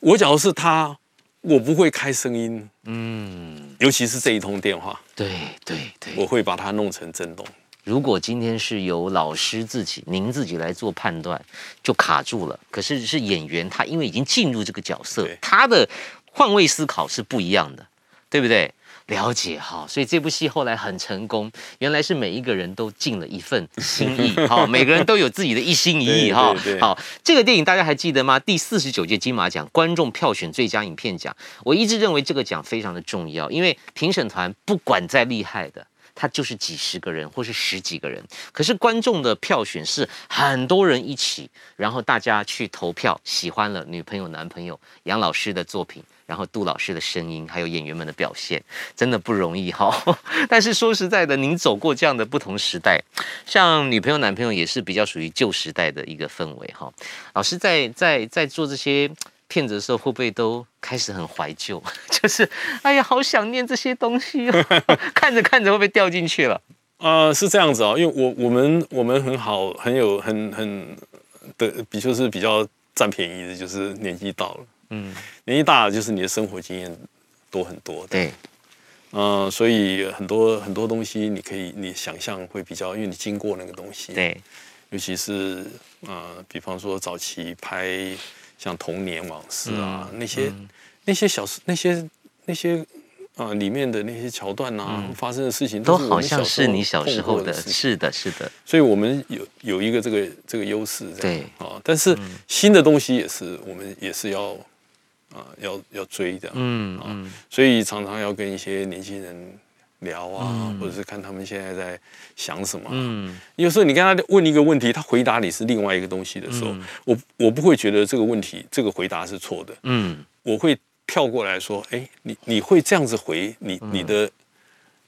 Speaker 2: 我假如是他，我不会开声音，
Speaker 1: 嗯，
Speaker 2: 尤其是这一通电话，
Speaker 1: 对对对，
Speaker 2: 我会把它弄成震动。
Speaker 1: 如果今天是由老师自己您自己来做判断，就卡住了。可是是演员他因为已经进入这个角色
Speaker 2: 对，
Speaker 1: 他的换位思考是不一样的，对不对？了解哈，所以这部戏后来很成功，原来是每一个人都尽了一份心 意哈，每个人都有自己的一心一意
Speaker 2: 对
Speaker 1: 哈
Speaker 2: 对。对
Speaker 1: 好，这个电影大家还记得吗？第四十九届金马奖观众票选最佳影片奖，我一直认为这个奖非常的重要，因为评审团不管再厉害的。他就是几十个人或是十几个人，可是观众的票选是很多人一起，然后大家去投票，喜欢了女朋友、男朋友、杨老师的作品，然后杜老师的声音，还有演员们的表现，真的不容易哈、 但是说实在的，您走过这样的不同时代，像女朋友、男朋友也是比较属于旧时代的一个氛围哈、老师在在在做这些骗子的时候，会不会都开始很怀旧？ 就是哎呀，好想念这些东西哦， 看着看着会不会掉进去了？
Speaker 2: 啊，是这样子啊、因为我我们我们很好，很有很很的，比就是比较占便宜的，就是年纪到了，
Speaker 1: 嗯，
Speaker 2: 年纪大了就是你的生活经验多很多，，
Speaker 1: 对，
Speaker 2: 嗯、所以很多很多东西你可以你想象会比较，因为你经过那个东西，，
Speaker 1: 对，
Speaker 2: 尤其是呃，比方说早期拍像《童年往事》啊，
Speaker 1: 嗯
Speaker 2: 那些、那些小时那些那些啊、呃里面的那些桥段啊，发生的事情
Speaker 1: 嗯都
Speaker 2: 是我
Speaker 1: 好
Speaker 2: 们
Speaker 1: 像是你小时
Speaker 2: 碰过
Speaker 1: 候的，
Speaker 2: 事情
Speaker 1: 是的，是的，
Speaker 2: 所以我们有有一个这个这个优势这样，
Speaker 1: 对嗯
Speaker 2: 啊，但是新的东西也是我们也是要啊、要要追的，
Speaker 1: 嗯嗯，
Speaker 2: 所以常常要跟一些年轻人聊啊，或者是看他们现在在想什么啊、
Speaker 1: 嗯，
Speaker 2: 有时候你跟他问一个问题，他回答你是另外一个东西的时
Speaker 1: 嗯
Speaker 2: 候，我我不会觉得这个问题这个回答是错的，
Speaker 1: 嗯，
Speaker 2: 我会跳过来说，哎，你你会这样子回，你你的、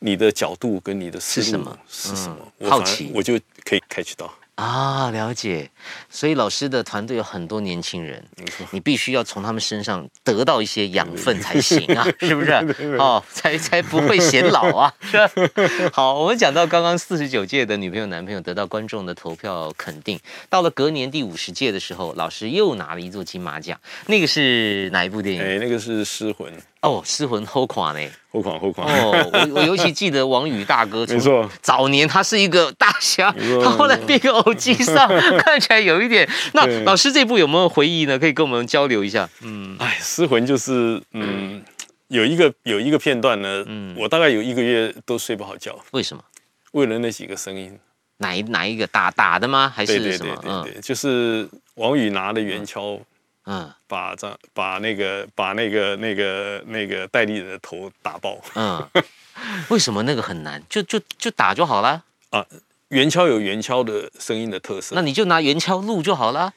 Speaker 2: 你的角度跟你的思
Speaker 1: 嗯
Speaker 2: 路
Speaker 1: 是什么
Speaker 2: 是什么？
Speaker 1: 嗯
Speaker 2: 我反
Speaker 1: 好
Speaker 2: 而
Speaker 1: 奇
Speaker 2: 我就可以 catch 到。
Speaker 1: 啊，了解。所以老师的团队有很多年轻人，
Speaker 2: 没错，
Speaker 1: 你必须要从他们身上得到一些养分才行啊，是不是？哦，才才不会显老啊。 是吧好，我们讲到刚刚四十九届的女朋友男朋友得到观众的投票肯定，到了隔年第五十届的时候，老师又拿了一座金马奖，那个是哪一部电影？
Speaker 2: 哎，那个是失魂，
Speaker 1: 哦，《失魂齁垮》呢。
Speaker 2: 后款后 款。
Speaker 1: 哦，我我尤其记得王宇大哥，
Speaker 2: 没错，
Speaker 1: 早年他是一个大 侠
Speaker 2: 没，错
Speaker 1: 他后来变个偶机 上，看起来有一点。那
Speaker 2: 对
Speaker 1: 老师这部有没有回忆呢？可以跟我们交流一下。嗯，
Speaker 2: 哎，失魂就是嗯，有一个有一个片段呢，
Speaker 1: 嗯
Speaker 2: 我大概有一个月都睡不好觉，
Speaker 1: 为什么？
Speaker 2: 为了那几个声音。
Speaker 1: 哪一哪一个打打的吗？还
Speaker 2: 对
Speaker 1: 是
Speaker 2: 对
Speaker 1: 什
Speaker 2: 对
Speaker 1: 么？
Speaker 2: 对对，就是王宇拿了圆锹，
Speaker 1: 嗯
Speaker 2: 把张把那个把那个那个那个戴笠的头打爆
Speaker 1: 嗯嗯， 为什么那个很难？就就就打就好啦，
Speaker 2: 啊！圆锹有圆锹的声音的特色，
Speaker 1: 那你就拿圆锹录就好啦。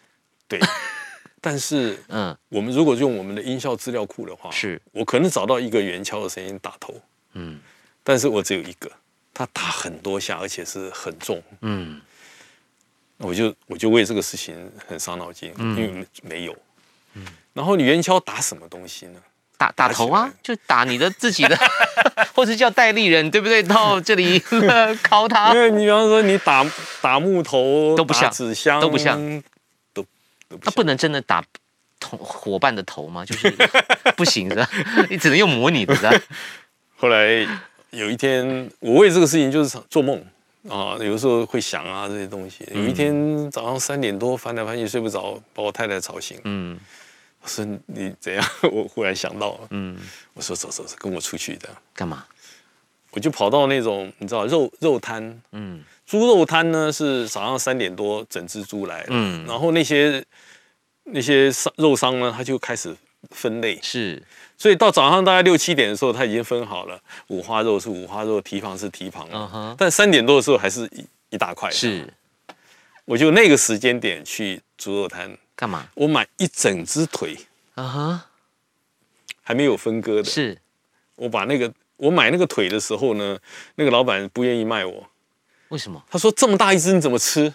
Speaker 2: 对。 但是
Speaker 1: 嗯
Speaker 2: 我们如果用我们的音效资料库的话，
Speaker 1: 是
Speaker 2: 我可能找到一个圆锹的声音打头，
Speaker 1: 嗯
Speaker 2: 但是我只有一个，他打很多下，而且是很重，
Speaker 1: 嗯
Speaker 2: 我就我就为这个事情很伤脑筋，
Speaker 1: 嗯
Speaker 2: 因为没有。然后你圆锹打什么东西呢？
Speaker 1: 打打头啊
Speaker 2: 起来，
Speaker 1: 就打你的自己的， 或者叫代理人，对不对？到这里 敲他
Speaker 2: 因。为你比方说你 打打木头
Speaker 1: 都不像
Speaker 2: 打纸箱
Speaker 1: 都不像，啊
Speaker 2: 都都不
Speaker 1: 那
Speaker 2: 像。
Speaker 1: 不能真的打同伙伴的头吗？就是 不行是吧？ 你只能用模拟的是吧？
Speaker 2: 后来有一天，我为这个事情就是做梦啊，有的时候会想啊这些东西。
Speaker 1: 嗯
Speaker 2: 有一天早上三点多翻来翻去睡不着，把我太太吵醒，
Speaker 1: 嗯
Speaker 2: 我说你怎样？我忽然想到了，
Speaker 1: 嗯，
Speaker 2: 我说走走走，跟我出去的。
Speaker 1: 干嘛？
Speaker 2: 我就跑到那种你知道肉肉摊，
Speaker 1: 嗯
Speaker 2: 猪肉摊呢是早上三点多整只猪来，
Speaker 1: 嗯
Speaker 2: 嗯，然后那些那些商肉商呢，他就开始分类，
Speaker 1: 是
Speaker 2: 所以到早上大概六七点的时候，他已经分好了，五花肉是五花肉，蹄膀是蹄膀
Speaker 1: 嗯哼
Speaker 2: 但三点多的时候还是一一大块，，
Speaker 1: 是
Speaker 2: 我就那个时间点去猪肉摊，
Speaker 1: 干嘛？
Speaker 2: 我买一整只腿
Speaker 1: 啊哈，
Speaker 2: 还没有分割的，
Speaker 1: 是
Speaker 2: 我把那个我买那个腿的时候呢，那个老板不愿意卖我，
Speaker 1: 为什么？
Speaker 2: 他说这么大一只你怎么吃？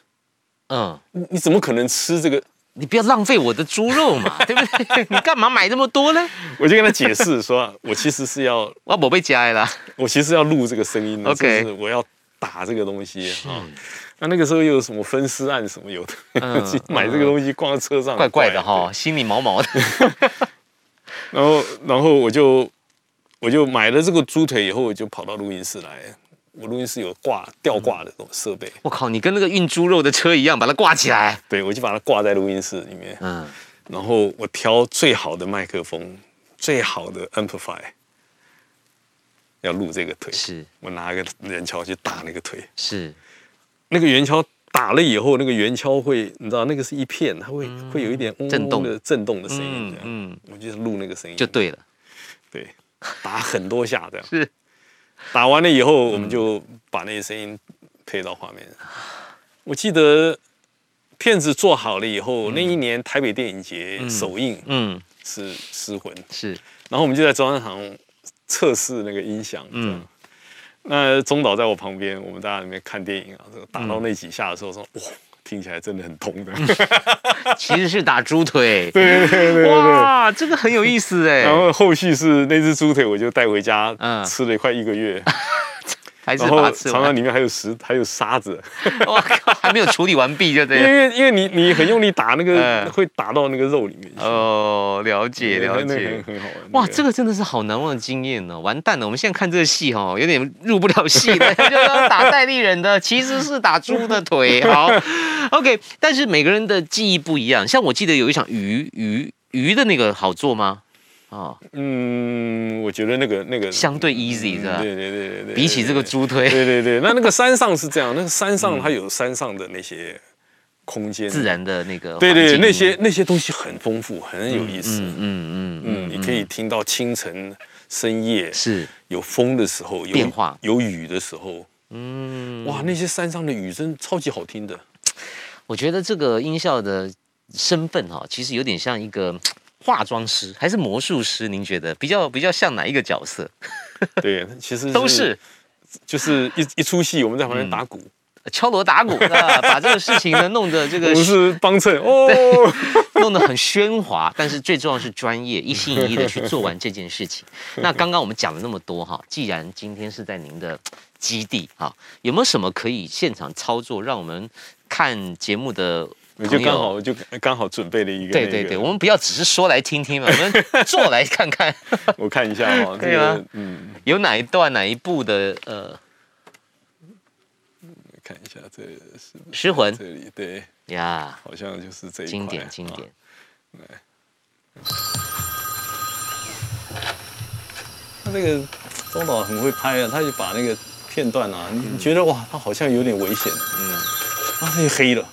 Speaker 1: 嗯。
Speaker 2: 你你怎么可能吃这个？
Speaker 1: 你不要浪费我的猪肉嘛，对不对？ 你干嘛买这么多呢？
Speaker 2: 我就跟他解释说，我其实是要，
Speaker 1: 我宝贝加啦，
Speaker 2: 我其实要录这个声音的
Speaker 1: OK
Speaker 2: 就是我要打这个东西啊。那那个时候又有什么分尸案什么有的，
Speaker 1: 嗯
Speaker 2: 去买这个东西挂在车上，
Speaker 1: 怪怪的哈、心里毛毛的。
Speaker 2: 对。然后然后我就我就买了这个猪腿以后，我就跑到录音室来，我录音室有挂吊挂的这种设备，
Speaker 1: 我靠，你跟那个运猪肉的车一样，把它挂起来。
Speaker 2: 对我就把它挂在录音室里面，
Speaker 1: 嗯，
Speaker 2: 然后我挑最好的麦克风，最好的 amplify，要录这个腿，
Speaker 1: 是
Speaker 2: 我拿个圆锹去打那个腿，
Speaker 1: 是，
Speaker 2: 那个圆锹打了以后，那个圆锹会，你知道那个是一片，它会、会有一点嗡嗡
Speaker 1: 嗯震动
Speaker 2: 的震动的声音
Speaker 1: 嗯
Speaker 2: 这样，
Speaker 1: 嗯，
Speaker 2: 我就录那个声音，
Speaker 1: 就对了，
Speaker 2: 对，打很多下这样，
Speaker 1: 是
Speaker 2: 打完了以后，我们就把那些声音配到画面上。我记得片子做好了以后，那一年台北电影节首映
Speaker 1: 嗯
Speaker 2: 是《失魂》，
Speaker 1: 是
Speaker 2: 然后我们就在中央堂测试那个音响，
Speaker 1: 嗯
Speaker 2: 嗯。那中岛在我旁边，我们大家在那边看电影啊，这个打到那几下的时候说，哇，听起来真的很痛
Speaker 1: 嗯
Speaker 2: 的。
Speaker 1: 其实是打猪腿。对对对哇，这个很有意思哎
Speaker 2: 然，后后续是那只猪腿，我就带回家
Speaker 1: 嗯
Speaker 2: 吃了快一个月，
Speaker 1: 还是
Speaker 2: 然
Speaker 1: 把
Speaker 2: 后
Speaker 1: 它吃
Speaker 2: 常常
Speaker 1: 完。
Speaker 2: 里面还有石还有沙子，
Speaker 1: 我靠，还没有处理完毕就
Speaker 2: 因
Speaker 1: 对了。
Speaker 2: 为因为你你很用力打那个，
Speaker 1: 嗯
Speaker 2: 会打到那个肉里面去。
Speaker 1: 哦，了解
Speaker 2: 那
Speaker 1: 了
Speaker 2: 那
Speaker 1: 解
Speaker 2: 很。很好玩。
Speaker 1: 哇，这
Speaker 2: 个
Speaker 1: 个真的是好难忘的经验哦！完蛋了，我们现在看这个戏哦，有点入不了戏 了，就是要打戴立人的，其实是打猪的腿。好，OK，但是每个人的记忆不一样，像我记得有一场鱼鱼鱼的那个好做吗？哦，
Speaker 2: 嗯，我觉得那个那个
Speaker 1: 相对 easy 的
Speaker 2: 嗯对对对对对，
Speaker 1: 比起这个猪
Speaker 2: 对，
Speaker 1: 腿，
Speaker 2: 对对对，那那个山上是这样，那个山上它有山上的那些空间，
Speaker 1: 自，然的那个环
Speaker 2: 对
Speaker 1: 境，
Speaker 2: 对，那些那些东西很丰富，很有意
Speaker 1: 嗯，。
Speaker 2: 思
Speaker 1: 嗯嗯嗯，
Speaker 2: 嗯，你可以听到清晨、深夜
Speaker 1: 是，
Speaker 2: 有风的时候，有
Speaker 1: 变化
Speaker 2: 有雨的时候，
Speaker 1: 嗯，
Speaker 2: 哇，那些山上的雨声超级好听的。
Speaker 1: 我觉得这个音效的身份哈、其实有点像一个化妆师还是魔术师，您觉得比较比较像哪一个角色？
Speaker 2: 对，其实
Speaker 1: 都是嗯
Speaker 2: 就是一一出戏，我们在旁边打鼓，
Speaker 1: 敲锣打鼓，啊，把这个事情呢弄得这
Speaker 2: 我
Speaker 1: 个
Speaker 2: 们是帮衬哦。
Speaker 1: 弄得很喧哗，但是最重要是专业，一心一意的去做完这件事情。那刚刚我们讲了那么多哈，既然今天是在您的基地哈，有没有什么可以现场操作，让我们看节目的
Speaker 2: 我
Speaker 1: 朋
Speaker 2: 就刚
Speaker 1: 友
Speaker 2: 好就刚好准备了一个、那
Speaker 1: 对
Speaker 2: 个，
Speaker 1: 对对，我们不要只是说来听听嘛，我们做来看看
Speaker 2: 我看一下 哦，
Speaker 1: 可
Speaker 2: 这
Speaker 1: 以吗
Speaker 2: 个嗯，
Speaker 1: 有哪一段哪一部的呃
Speaker 2: 看一下这是
Speaker 1: 失魂
Speaker 2: 这里对，
Speaker 1: 呀，
Speaker 2: 好像就是这一块
Speaker 1: 经典经典
Speaker 2: 啊。他这个中岛很会拍啊，他就把那个片段啊，你觉得哇，他好像有点危险，嗯，啊，他又黑了，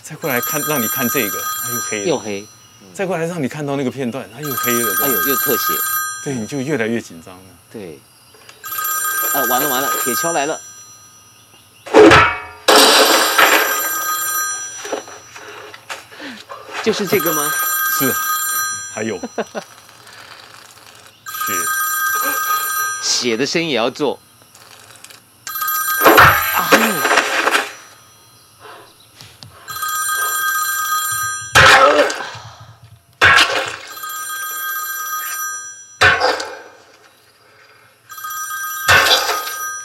Speaker 2: 再过来看让你看这个，他又黑了，
Speaker 1: 又黑，
Speaker 2: 再过来让你看到那个片段，他又黑了，
Speaker 1: 哎
Speaker 2: 哎
Speaker 1: 呦
Speaker 2: 呦，
Speaker 1: 又特写，
Speaker 2: 对，你就越来越紧张了。
Speaker 1: 对，啊完了完了，铁锹来了，就是这个吗？
Speaker 2: 是，啊还有 血，
Speaker 1: 血的声音也要做。啊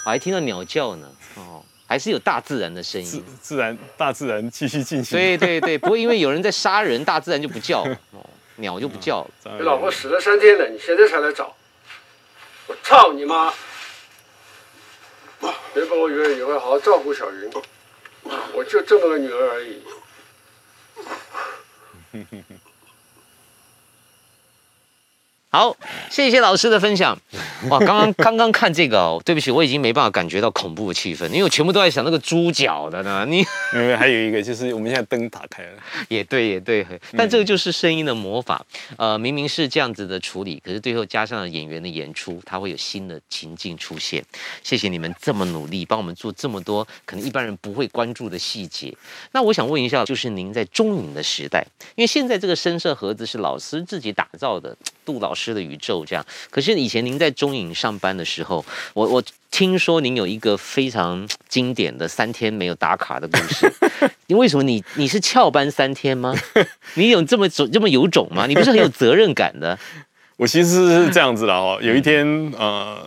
Speaker 1: 我还听到鸟叫呢，哦，还是有大自然的声
Speaker 2: 自
Speaker 1: 音。
Speaker 2: 自然大自然继续进行。
Speaker 1: 对对对，不会因为有人在杀人，大自然就不叫了，哦，鸟就不叫了。
Speaker 2: 咱
Speaker 3: 你
Speaker 2: 们
Speaker 3: 老婆死了三天了，你现在才来找，我操你妈！别把我女儿以后好好照顾小云，我就这么个女儿而已。
Speaker 1: 好，谢谢老师的分享。哇，刚 刚刚刚看这个哦，对不起，我已经没办法感觉到恐怖的气氛，因为我全部都在想那个猪脚的呢。你
Speaker 2: 没有没有，还有一个就是我们现在灯打开了，
Speaker 1: 也对，也对，但这个就是声音的魔法。呃，明明是这样子的处理，可是最后加上了演员的演出，它会有新的情境出现。谢谢你们这么努力，帮我们做这么多可能一般人不会关注的细节。那我想问一下，就是您在中影的时代，因为现在这个深色盒子是老师自己打造的，杜老师的宇宙这样。可是以前您在中影上班的时候，我我听说您有一个非常经典的三天没有打卡的故事。你为什么你你是翘班三天 吗？你有这么种这么有种吗？你不是很有责任感 的？
Speaker 2: 我其实是这样子
Speaker 1: 嗯
Speaker 2: 的哦，有一天呃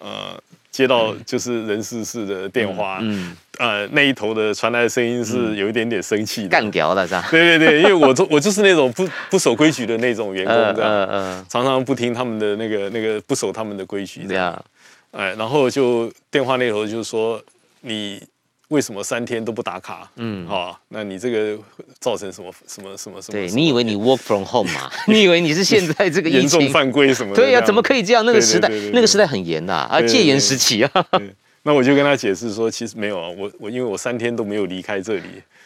Speaker 2: 呃接到就是人事室的电话，
Speaker 1: 嗯，
Speaker 2: 呃那一头的传来的声音是有一点点生气的，
Speaker 1: 干掉了是吧？
Speaker 2: 对对对，因为我 就我就是那种不不守规矩的那种员工
Speaker 1: 呃
Speaker 2: 这样。
Speaker 1: 呃
Speaker 2: 常常不听他们的那个那个不守他们的规矩
Speaker 1: 呃，这
Speaker 2: 这样，
Speaker 1: 样
Speaker 2: 哎，然后就电话那头就说你为什么三天都不打卡？嗯，好、那你这个造成什么什么什么什么？
Speaker 1: 对
Speaker 2: 什么
Speaker 1: 你以为你 work from home 嘛？ 你以为你是现在这个疫
Speaker 2: 严重
Speaker 1: 情？
Speaker 2: 犯规什么的？
Speaker 1: 对呀、
Speaker 2: 这样
Speaker 1: 怎么可以这样？那个
Speaker 2: 对对
Speaker 1: 时代
Speaker 2: 对对，对
Speaker 1: 那个时代很严呐，啊，
Speaker 2: 对对
Speaker 1: 戒严时期啊。
Speaker 2: 对那我就跟他解释说，其实没有啊，我我因为我三天都没有离开这里，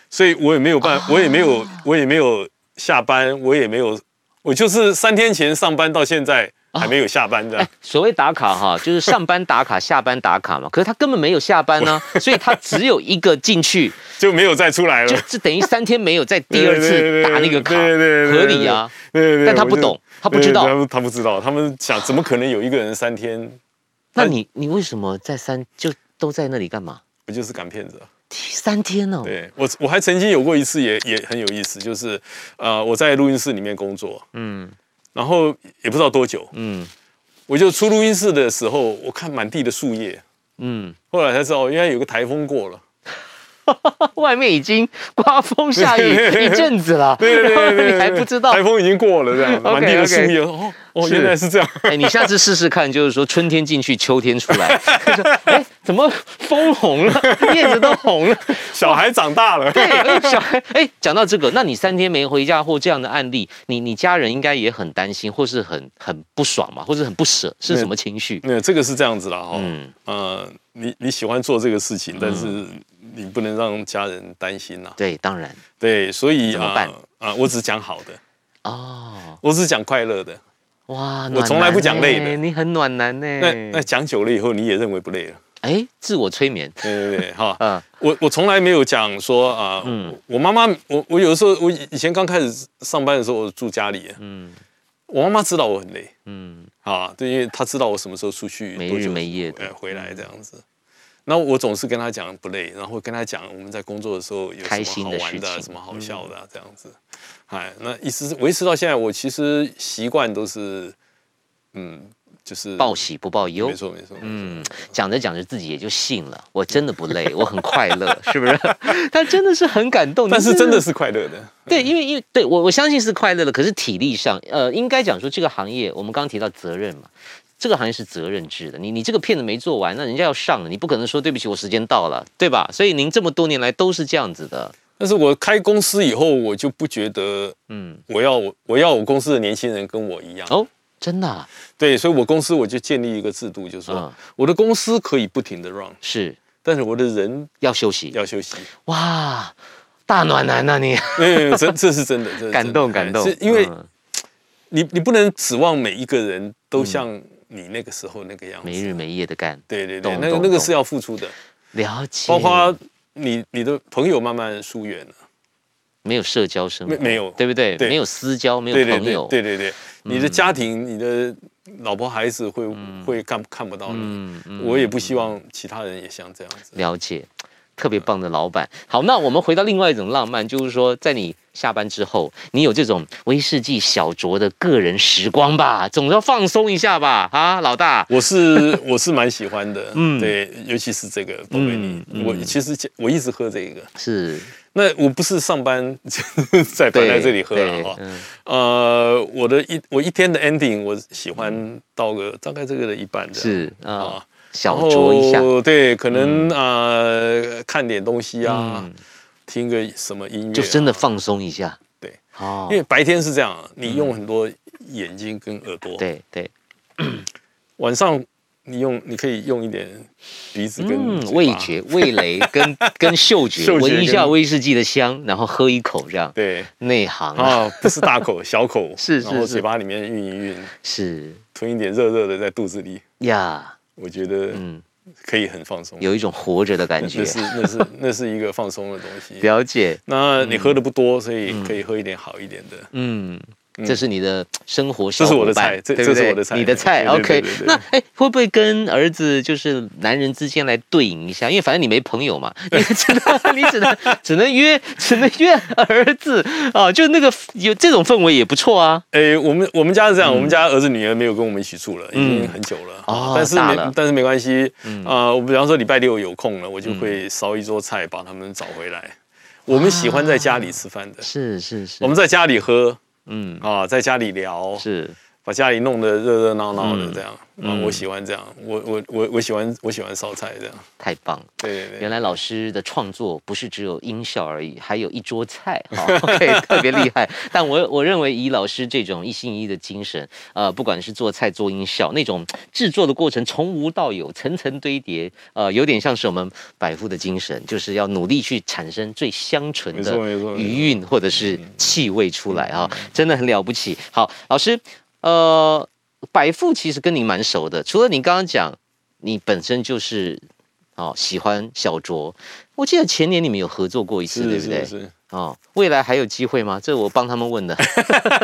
Speaker 2: 所以我也没有办，我也没
Speaker 1: 哦
Speaker 2: 有，我也没有下班，我也没有，我就是三天前上班到现在还没有下班的。
Speaker 1: 哎，所谓打卡哈，就是上班打卡、下班打卡嘛。可是他根本没有下班 呢、所以他只有一个进去，
Speaker 2: 就没有再出来了
Speaker 1: 就。这等于三天没有再第二
Speaker 2: 对对
Speaker 1: 次
Speaker 2: 对
Speaker 1: 打那个卡，
Speaker 2: 对对对
Speaker 1: 合
Speaker 2: 对
Speaker 1: 理啊。
Speaker 2: 对对对
Speaker 1: 但他不
Speaker 2: 我就
Speaker 1: 懂他不知道
Speaker 2: 对对对他他不知道，他们想怎么可能有一个人三天？
Speaker 1: 那你你为什么在三就都在那里干嘛？
Speaker 2: 我就是赶骗子啊。
Speaker 1: 三天哦，
Speaker 2: 对我，我还曾经有过一次也也很有意思，就是呃，我在录音室里面工作，
Speaker 1: 嗯
Speaker 2: 然后也不知道多久，
Speaker 1: 嗯
Speaker 2: 我就出录音室的时候，我看满地的树叶，
Speaker 1: 嗯，
Speaker 2: 后来才知道原来有个台风过了。
Speaker 1: 外面已经刮风下雨一阵子了，
Speaker 2: 对对对对对
Speaker 1: 然后你还不知道
Speaker 2: 台。风已经过了，这 样
Speaker 1: OK，
Speaker 2: 满地的树
Speaker 1: OK
Speaker 2: 叶，哦哦，
Speaker 1: 是
Speaker 2: 原来 是这样。
Speaker 1: 哎，你下次试试看，就是说春天进去，秋天出 来。就说哎，怎么枫红了，叶子都红 了？
Speaker 2: 小孩长大 了，
Speaker 1: 对，哎小孩，哎，讲到这个，那你三天没回家或这样的案例，你你家人应该也很担心，或是很很不爽嘛，或是很不
Speaker 2: 嗯
Speaker 1: 舍，是什么情绪？
Speaker 2: 那这个是这样子啦，哈、
Speaker 1: 嗯
Speaker 2: 呃，你你喜欢做这个事情，但是你不能让家人担心呐、
Speaker 1: 对，当然
Speaker 2: 对，所以
Speaker 1: 怎
Speaker 2: 啊
Speaker 1: 么
Speaker 2: 啊
Speaker 1: 办、
Speaker 2: 呃我只讲好的，
Speaker 1: 哦，
Speaker 2: 我只讲快乐的。
Speaker 1: 哇，
Speaker 2: 我从
Speaker 1: 暖男
Speaker 2: 来不讲累
Speaker 1: 呢
Speaker 2: 的
Speaker 1: 你很暖男呢。欸
Speaker 2: 那那讲久了以后，你也认为不累了。
Speaker 1: 哎，自我催眠，
Speaker 2: 对对对，哈、
Speaker 1: 嗯
Speaker 2: 我我从来没有讲说啊、
Speaker 1: 嗯
Speaker 2: 我妈妈，我我有的时候，我以以前刚开始上班的时候，我住家里，啊
Speaker 1: 嗯
Speaker 2: 我妈妈知道我很累
Speaker 1: 嗯，
Speaker 2: 啊，对，因为她知道我什么时候出去，
Speaker 1: 没日
Speaker 2: 多久
Speaker 1: 没夜的嗯
Speaker 2: 呃回来这样子。那我总是跟她讲不累，然后跟她讲我们在工作的时候有
Speaker 1: 开
Speaker 2: 什
Speaker 1: 心
Speaker 2: 么
Speaker 1: 的
Speaker 2: 好玩的啊、
Speaker 1: 事情嗯
Speaker 2: 什么好笑的啊、这样子。哎，那一直维持到现在，我其实习惯都是，嗯，就是
Speaker 1: 报喜不报忧
Speaker 2: 没。错没错，嗯，
Speaker 1: 嗯，讲着讲着自己也就信了，我真的不累，我很快 乐，是不是？他真的是很感动，
Speaker 2: 但是
Speaker 1: 你
Speaker 2: 真的是快乐的，
Speaker 1: 对，因为因为对我我相信是快乐的，可是体力上，呃，应该讲说这个行业，我们刚刚提到责任嘛，这个行业是责任制的。你你这个片子没做完，那人家要上了，你不可能说对不起，我时间到了，对吧？所以您这么多年来都是这样子的，
Speaker 2: 但是我开公司以后，我就不觉得
Speaker 1: 嗯，
Speaker 2: 我要我我要我公司的年轻人跟我一样。
Speaker 1: 哦，真的啊、
Speaker 2: 对，所以我公司我就建立一个制度，就是说、
Speaker 1: 嗯
Speaker 2: 我的公司可以不停的 run，
Speaker 1: 是
Speaker 2: 但是我的人
Speaker 1: 要休息，
Speaker 2: 要 休息。
Speaker 1: 哇，大暖男呐、 你，
Speaker 2: 没有没有，这这是真的，这是真的
Speaker 1: 感动
Speaker 2: 哎
Speaker 1: 感动，
Speaker 2: 是因为
Speaker 1: 嗯
Speaker 2: 你你不能指望每一个人都像你那个时候那个样子。
Speaker 1: 嗯没日没夜的干，
Speaker 2: 对对对，
Speaker 1: 懂
Speaker 2: 那个
Speaker 1: 懂
Speaker 2: 那个
Speaker 1: 懂
Speaker 2: 是要付出的，
Speaker 1: 了解，
Speaker 2: 包括你你的朋友慢慢疏远了。
Speaker 1: 没有社交生活，
Speaker 2: 没没有
Speaker 1: 对不对？
Speaker 2: 对
Speaker 1: 没有私交，没有
Speaker 2: 对对
Speaker 1: 朋
Speaker 2: 对
Speaker 1: 友，嗯
Speaker 2: 对对对，你的家庭、你的老婆孩子会、会看看不到你、
Speaker 1: 嗯嗯
Speaker 2: 我也不希望其他人也像这样子。
Speaker 1: 了解，特别棒的老板。好，那我们回到另外一种浪漫，就是说，在你下班之后，你有这种威士忌小酌的个人时光吧，总要放松一下吧，啊，老大。
Speaker 2: 我是我是蛮喜欢的，
Speaker 1: 嗯
Speaker 2: 对，尤其是这个宝贝
Speaker 1: 嗯
Speaker 2: 你，我其实我一直喝这个，
Speaker 1: 是，
Speaker 2: 那我不是上班 在
Speaker 1: 对，
Speaker 2: 摆在这里喝了
Speaker 1: 对
Speaker 2: 哈，
Speaker 1: 嗯
Speaker 2: 呃，我的一我一天的 ending 我喜欢到个大概这个的一半的，
Speaker 1: 是啊
Speaker 2: 啊，哦
Speaker 1: 小酌一下
Speaker 2: 然，后对，可能呃看点东西啊
Speaker 1: 嗯，
Speaker 2: 听个什么音乐啊，
Speaker 1: 就真的放松一下。
Speaker 2: 对，
Speaker 1: 哦
Speaker 2: 因，为白天是这样，啊你用很多眼睛跟耳朵，，
Speaker 1: 嗯对对，
Speaker 2: 晚上你用你可以用一点鼻子跟
Speaker 1: 嗯，
Speaker 2: 嘴巴
Speaker 1: 味觉、味蕾跟跟嗅觉，
Speaker 2: 嗅觉
Speaker 1: 闻一下
Speaker 2: 跟
Speaker 1: 威士忌的香，然后喝一口这样，
Speaker 2: 对。
Speaker 1: 内行啊，
Speaker 2: 啊，不是大口，小口，
Speaker 1: 是
Speaker 2: 然
Speaker 1: 是
Speaker 2: 后
Speaker 1: 是
Speaker 2: 嘴巴里面运一运，
Speaker 1: 是
Speaker 2: 吞一点热热的在肚子里，
Speaker 1: 呀，
Speaker 2: 我觉得
Speaker 1: 嗯，
Speaker 2: 可以很放松，
Speaker 1: 有一种活着的感
Speaker 2: 那
Speaker 1: 觉
Speaker 2: 那。是那是那是一个放松的东西。
Speaker 1: 了解，
Speaker 2: 那你喝的不多，所以可以喝一点好一点的。
Speaker 1: 嗯，这是你的生活小
Speaker 2: 这是我
Speaker 1: 伙
Speaker 2: 的
Speaker 1: 伴，
Speaker 2: 菜这
Speaker 1: 对不
Speaker 2: 这
Speaker 1: 对
Speaker 2: 是我的菜
Speaker 1: 你的菜
Speaker 2: 对对对
Speaker 1: ，OK
Speaker 2: 对对。对
Speaker 1: 那哎，会不会跟儿子就是男人之间来对应一下？因为反正你没朋友嘛，你只能 你只能只能约只能约儿子啊，就那个有这种氛围也不错啊。
Speaker 2: 诶，我们我们家是这样，我们家儿子女儿没有跟我们一起住了，已经很久了。
Speaker 1: 嗯哦
Speaker 2: 但是
Speaker 1: 大
Speaker 2: 没
Speaker 1: 了嗯
Speaker 2: 但是没关系。啊，我比方说礼拜六有空了，我就会烧一桌菜把他们找回来。我们喜欢在家里吃饭的，
Speaker 1: 啊是是是
Speaker 2: 我，们在家里喝
Speaker 1: 嗯，
Speaker 2: 啊，在家里聊，
Speaker 1: 是
Speaker 2: 把家里弄得热热闹闹的
Speaker 1: 嗯
Speaker 2: 这样。啊，我喜欢这样，我我我我喜欢我喜欢烧菜这样。
Speaker 1: 太棒了！
Speaker 2: 对对对
Speaker 1: 原。来老师的创作不是只有音效而已，还有一桌菜， 哈、o k 特别厉害。但我我认为以老师这种一心一意的精神，呃，不管是做菜、做音效，那种制作的过程从无到有，层层堆叠，呃，有点像是我们百富的精神，就是要努力去产生最香醇的嗯
Speaker 2: 没错没错没错
Speaker 1: 余韵或者是气味出来啊、真的很了不起。好，老师，呃，百富其实跟你蛮熟的，除了你刚刚讲，你本身就是哦喜欢小酌，我记得前年你们有合作过一次，对
Speaker 2: 是
Speaker 1: 不对？
Speaker 2: 是是，
Speaker 1: 哦，未来还有机会吗？这我帮他们问的，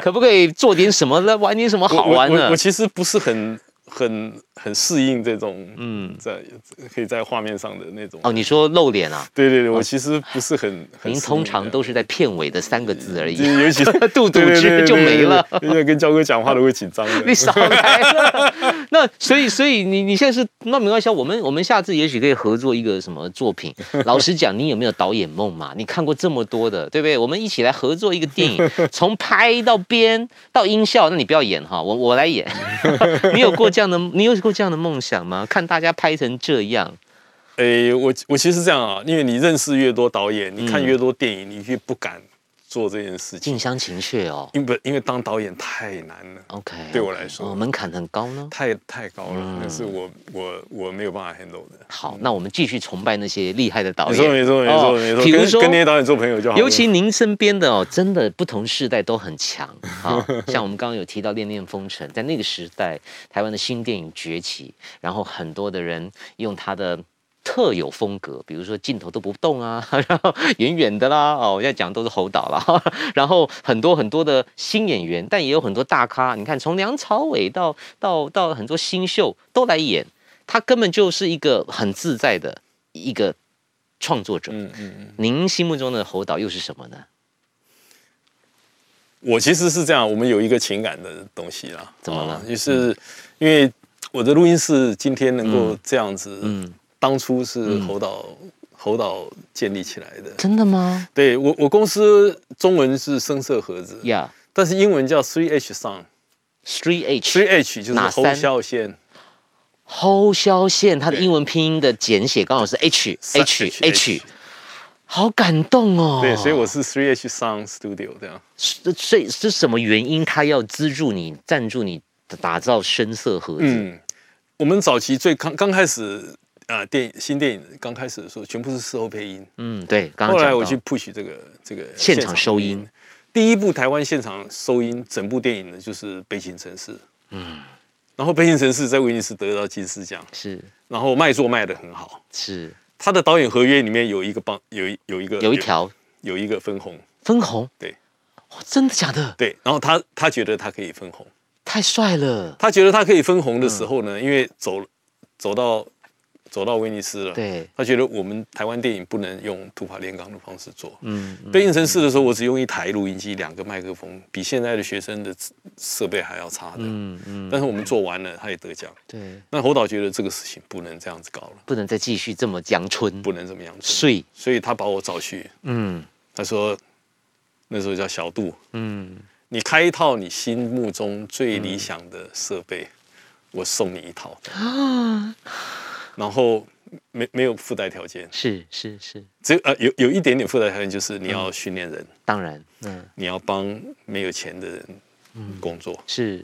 Speaker 1: 可不可以做点什么，来玩点什么好玩
Speaker 2: 我我
Speaker 1: 的
Speaker 2: 我？其实不是很很很适应这种嗯，在可以在画面上的那种。
Speaker 1: 哦，你说露脸啊？
Speaker 2: 对对对，我其实不是很。
Speaker 1: 哎
Speaker 2: 很
Speaker 1: 您
Speaker 2: 适应
Speaker 1: 通
Speaker 2: 这
Speaker 1: 常
Speaker 2: 样
Speaker 1: 都是在片尾的三个字而已
Speaker 2: 就，是尤其是
Speaker 1: 肚肚
Speaker 2: 对对
Speaker 1: 汁
Speaker 2: 对
Speaker 1: 就
Speaker 2: 对对
Speaker 1: 没了。
Speaker 2: 对对跟焦哥讲话都会紧张 的。
Speaker 1: 你少来了。 那所以所以你你现在是那没关系啊，我们我们下次也许可以合作一个什么作品。老实讲，你有没有导演梦嘛？你看过这么多的，对不对？我们一起来合作一个电影，从拍到编到音效，那你不要演哈，我我来演。 你有过这样的你有过这样的梦想吗？看大家拍成这样，
Speaker 2: 诶，哎我我其实这样啊，因为你认识越多导演，你看越多电影，你越不敢做这件事情
Speaker 1: 近，乡情怯哦。
Speaker 2: 因为因为当导演太难了，
Speaker 1: OK，
Speaker 2: 对我来说
Speaker 1: 哦门槛很高呢。
Speaker 2: 太太高
Speaker 1: 嗯
Speaker 2: 了，那是我我我没有办法 handle 的。
Speaker 1: 好，那我们继续崇拜那些厉害的导
Speaker 2: 没
Speaker 1: 演。
Speaker 2: 错没错没
Speaker 1: 哦
Speaker 2: 错没错，
Speaker 1: 比如
Speaker 2: 跟
Speaker 1: 说
Speaker 2: 跟那些导演做朋友就好了。
Speaker 1: 尤其您身边的哦，真的不同世代都很强 啊、像我们刚刚有提到《恋恋风尘》，在那个时代，台湾的新电影崛起，然后很多的人用他的。特有风格，比如说镜头都不动啊， 然后远远的啦，哦，我现在讲都是侯导啦， 然后很多很多的新演员，但也有很多大咖，你看从梁朝伟到到到很多新秀都来演，他根本就是一个很自在的一个创作者。
Speaker 2: 嗯嗯嗯，
Speaker 1: 您心目中的侯导又是什么呢？
Speaker 2: 我其实是这样，我们有一个情感的东西啦。
Speaker 1: 怎么了
Speaker 2: 啊就是因为我的录音室今天能够这样子，
Speaker 1: 嗯，
Speaker 2: 当初是侯导侯导建立起来的。
Speaker 1: 真的吗？
Speaker 2: 对我，我公司中文是声色盒子，
Speaker 1: 呀、
Speaker 2: 但是英文叫 Three H Sound，Three
Speaker 1: s t r e e H
Speaker 2: H 就是
Speaker 1: 哪
Speaker 2: 侯
Speaker 1: 三
Speaker 2: 孝贤，
Speaker 1: 侯萧宪，他的
Speaker 2: 对
Speaker 1: 英文拼音的简写刚好是 H
Speaker 2: 三
Speaker 1: H
Speaker 2: H
Speaker 1: H，好感动哦。
Speaker 2: 对，所以我是 Three H Sound Studio 这样。
Speaker 1: 是所以是什么原因他要资助你、赞助你打造深色盒子？
Speaker 2: 嗯，我们早期最刚刚开始。啊、电影新电影刚开始的时候，全部是事后配音。
Speaker 1: 嗯对，刚刚
Speaker 2: 后来
Speaker 1: 讲
Speaker 2: 我
Speaker 1: 到
Speaker 2: 去 push 这个这个
Speaker 1: 现场收
Speaker 2: 录
Speaker 1: 音。
Speaker 2: 第一部台湾现场收音整部电影呢，就是《悲情城市》。嗯，然后《悲情城市》在威尼斯得到金狮奖，
Speaker 1: 是
Speaker 2: 然后卖座卖的很好。
Speaker 1: 是
Speaker 2: 他的导演合约里面有一个帮有一有一个
Speaker 1: 有一条
Speaker 2: 有一个分红，
Speaker 1: 分红，
Speaker 2: 对
Speaker 1: 哇真的假的？
Speaker 2: 对。然后他他觉得他可以分红，
Speaker 1: 太帅了！
Speaker 2: 他觉得他可以分红的时候
Speaker 1: 嗯
Speaker 2: 呢，因为走走到走到威尼斯了，
Speaker 1: 对，
Speaker 2: 他觉得我们台湾电影不能用土法炼钢的方式做。
Speaker 1: 嗯，
Speaker 2: 被印城市的时候，我只用一台录音机、两个麦克风，比现在的学生的设备还要差的。
Speaker 1: 嗯嗯，
Speaker 2: 但是我们做完了，他也得奖。
Speaker 1: 对，
Speaker 2: 那侯导觉得这个事情不能这样子搞了，
Speaker 1: 不能再继续这么阳春
Speaker 2: 不能这么样子，
Speaker 1: 睡，
Speaker 2: 所以他把我找去，
Speaker 1: 嗯
Speaker 2: 他说那时候叫小杜，
Speaker 1: 嗯，
Speaker 2: 你开一套你心目中最理想的设备，我送你一套。
Speaker 1: 啊
Speaker 2: 然后没没有附带条件，
Speaker 1: 是是是，
Speaker 2: 只有呃有有一点点附带条件，就是你要训练人，
Speaker 1: 当然，嗯。
Speaker 2: 你要帮没有钱的人工作，
Speaker 1: 是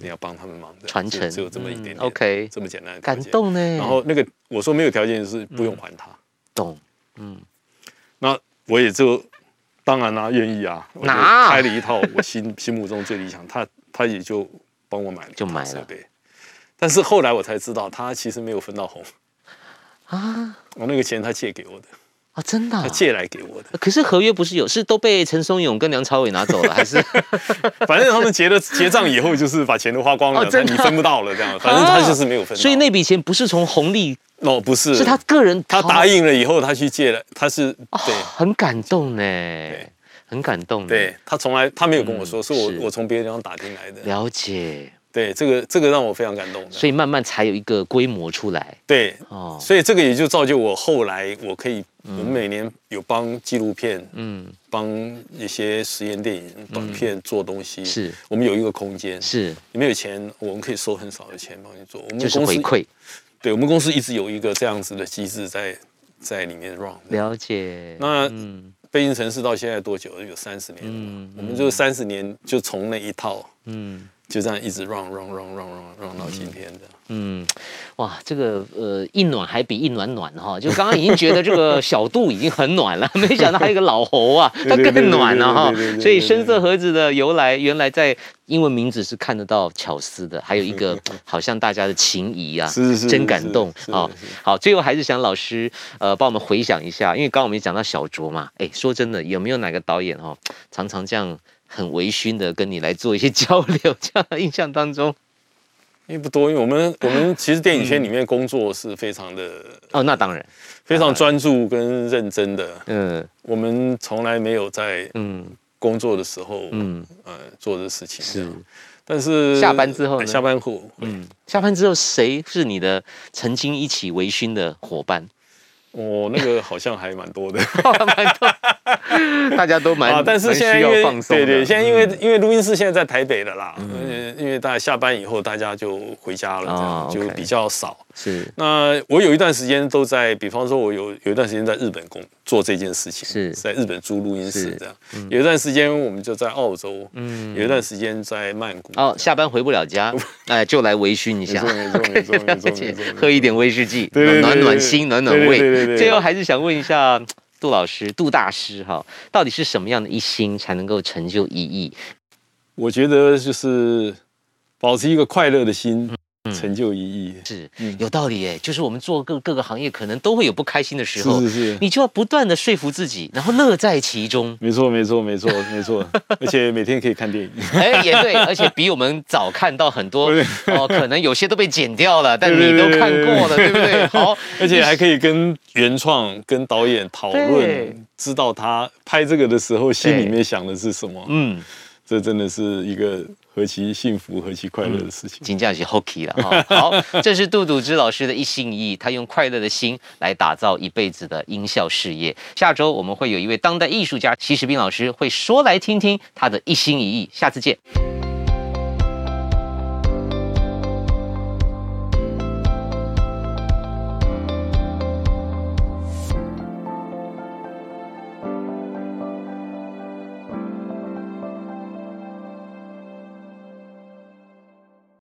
Speaker 1: 是，
Speaker 2: 要帮他们忙的
Speaker 1: 传承
Speaker 2: 只只有这么一点点、
Speaker 1: 嗯，OK
Speaker 2: 这么简单的条
Speaker 1: 感
Speaker 2: 件。
Speaker 1: 动嗯呢。
Speaker 2: 然后那个我说没有条件就是不用还他，
Speaker 1: 懂
Speaker 2: 那我也就当然啦、愿意啊，我就
Speaker 1: 哪
Speaker 2: 开了一套我心心目中最理想，他他也就帮我买了一
Speaker 1: 就买
Speaker 2: 套
Speaker 1: 了
Speaker 2: 设备。但是后来我才知道，他其实没有分到红，
Speaker 1: 啊
Speaker 2: 我那个钱他借给我的，
Speaker 1: 啊，真的啊、
Speaker 2: 他借来给我的，
Speaker 1: 可是合约不是有，是都被陈松勇跟梁朝伟拿走了，还 是
Speaker 2: 反正他们结了结账以后，就是把钱都花光了，
Speaker 1: 哦真的啊啊
Speaker 2: 你分不到了这样，反正他就是没有分到。
Speaker 1: 所以那笔钱不是从红利，
Speaker 2: 哦不哦是，
Speaker 1: 是他个人
Speaker 2: 他答
Speaker 1: 应，
Speaker 2: 应了以后，他去借了，他是
Speaker 1: 哦
Speaker 2: 对。
Speaker 1: 很感动呢，很感动呢。
Speaker 2: 对，他从来他没有跟我说，
Speaker 1: 嗯
Speaker 2: 是我
Speaker 1: 是
Speaker 2: 我从别的地方打听来的。
Speaker 1: 了解，
Speaker 2: 对，这个这个让我非常感动的。
Speaker 1: 所以慢慢才有一个规模出来
Speaker 2: 对，
Speaker 1: 哦。
Speaker 2: 所以这个也就造就我后来我可以我们每年有帮纪录片、
Speaker 1: 嗯，
Speaker 2: 帮一些实验电影、短片做东西，
Speaker 1: 是
Speaker 2: 我们有一个空间，
Speaker 1: 是，
Speaker 2: 你们有钱，我们可以收很少的钱帮你做。我们
Speaker 1: 就是
Speaker 2: 公司
Speaker 1: 回馈，
Speaker 2: 对我们公司一直有一个这样子的机制在在里面 run。
Speaker 1: 了解。
Speaker 2: 那
Speaker 1: 嗯
Speaker 2: 北京城市到现在多久了？有三十年了嘛。
Speaker 1: 嗯
Speaker 2: 我们就三十年就从那一套
Speaker 1: 嗯
Speaker 2: 就这样一直 run run run run run run 到今天的。
Speaker 1: 嗯，哇，这个呃，一暖还比一暖暖哈，就刚刚已经觉得这个小度已经很暖 了，没想到还有一个老侯啊，他
Speaker 2: 对对对
Speaker 1: 更暖了哈
Speaker 2: 对对对对。对
Speaker 1: 所以深色盒子的由来，原来在英文名字是看得到巧思的，还有一 个好像大家的情谊啊，
Speaker 2: 是是是
Speaker 1: 真感动
Speaker 2: 是是
Speaker 1: 啊
Speaker 2: 是。
Speaker 1: 好，最后还是想老师呃帮我们回想一下，因为刚刚我们也讲到小卓嘛，哎，说真的，有没有哪个导演哈、常常这样很微醺的跟你来做一些交流，这样的印象当中？
Speaker 2: 因为不多，因为我们我们其实电影圈里面工作是非常的
Speaker 1: 哦，那当然，
Speaker 2: 非常专注跟认真的，
Speaker 1: 嗯
Speaker 2: 我们从来没有在
Speaker 1: 嗯
Speaker 2: 工作的时候
Speaker 1: 嗯，
Speaker 2: 呃做的事情这
Speaker 1: 是
Speaker 2: 样。但是
Speaker 1: 下班之后呢
Speaker 2: 哎下班后会
Speaker 1: 嗯。下班之后，谁是你的曾经一起微醺的伙伴？
Speaker 2: 我那个好像还蛮多的
Speaker 1: 蛮多，大家都蛮
Speaker 2: 啊，但是
Speaker 1: 蛮
Speaker 2: 现在
Speaker 1: 需
Speaker 2: 因为
Speaker 1: 要放松的。嗯
Speaker 2: 对对，现在因为、因为录音室现在在台北了啦，嗯、因为大家下班以后大家就回家了，这样、
Speaker 1: 哦
Speaker 2: 就
Speaker 1: OK
Speaker 2: 比较少。
Speaker 1: 是
Speaker 2: 那我有一段时间都在，比方说，我有有一段时间在日本工做这件事情，
Speaker 1: 是
Speaker 2: 在日本租录音室
Speaker 1: 是
Speaker 2: 这样。有一段时间我们就在澳洲，
Speaker 1: 嗯
Speaker 2: 有一段时间在曼谷。
Speaker 1: 哦，下班回不了 家，哎，就来微醺一
Speaker 2: 没
Speaker 1: 下
Speaker 2: 错。没错没错 没错
Speaker 1: 而
Speaker 2: 没
Speaker 1: 且
Speaker 2: 错，
Speaker 1: 喝一点威士忌，
Speaker 2: 对对对对
Speaker 1: 暖
Speaker 2: 对
Speaker 1: 暖心，暖暖
Speaker 2: 对对对
Speaker 1: 胃。
Speaker 2: 对
Speaker 1: 最后还是想问一下嗯杜老师、杜大师哈，到底是什么样的一心才能够成就一意？
Speaker 2: 我觉得就是保持一个快乐的心，
Speaker 1: 嗯
Speaker 2: 成就一意。
Speaker 1: 是
Speaker 2: 嗯
Speaker 1: 有道理耶，就是我们做各各个行业，可能都会有不开心的时候，
Speaker 2: 是是是。
Speaker 1: 你就要不断的说服自己，然后乐在其中
Speaker 2: 没错没错没错没错，而且每天可以看电影。
Speaker 1: 哎，也对，而且比我们早看到很多
Speaker 2: 对
Speaker 1: 哦，可能有些都被剪掉了，但你
Speaker 2: 对对
Speaker 1: 都
Speaker 2: 对对
Speaker 1: 看过了，对不对？好，
Speaker 2: 而且还可以跟原创、跟导演讨
Speaker 1: 对
Speaker 2: 论，知道他拍这个的时候心里面想的是什么。
Speaker 1: 嗯，
Speaker 2: 这真的是一个何其幸福、何其快乐的事情。
Speaker 1: 金价是 hockey 了哈。好，这是杜笃之老师的一心一意，他用快乐的心来打造一辈子的音效事业。下周我们会有一位当代艺术家席时斌老师会说来听听他的一心一意，下次见。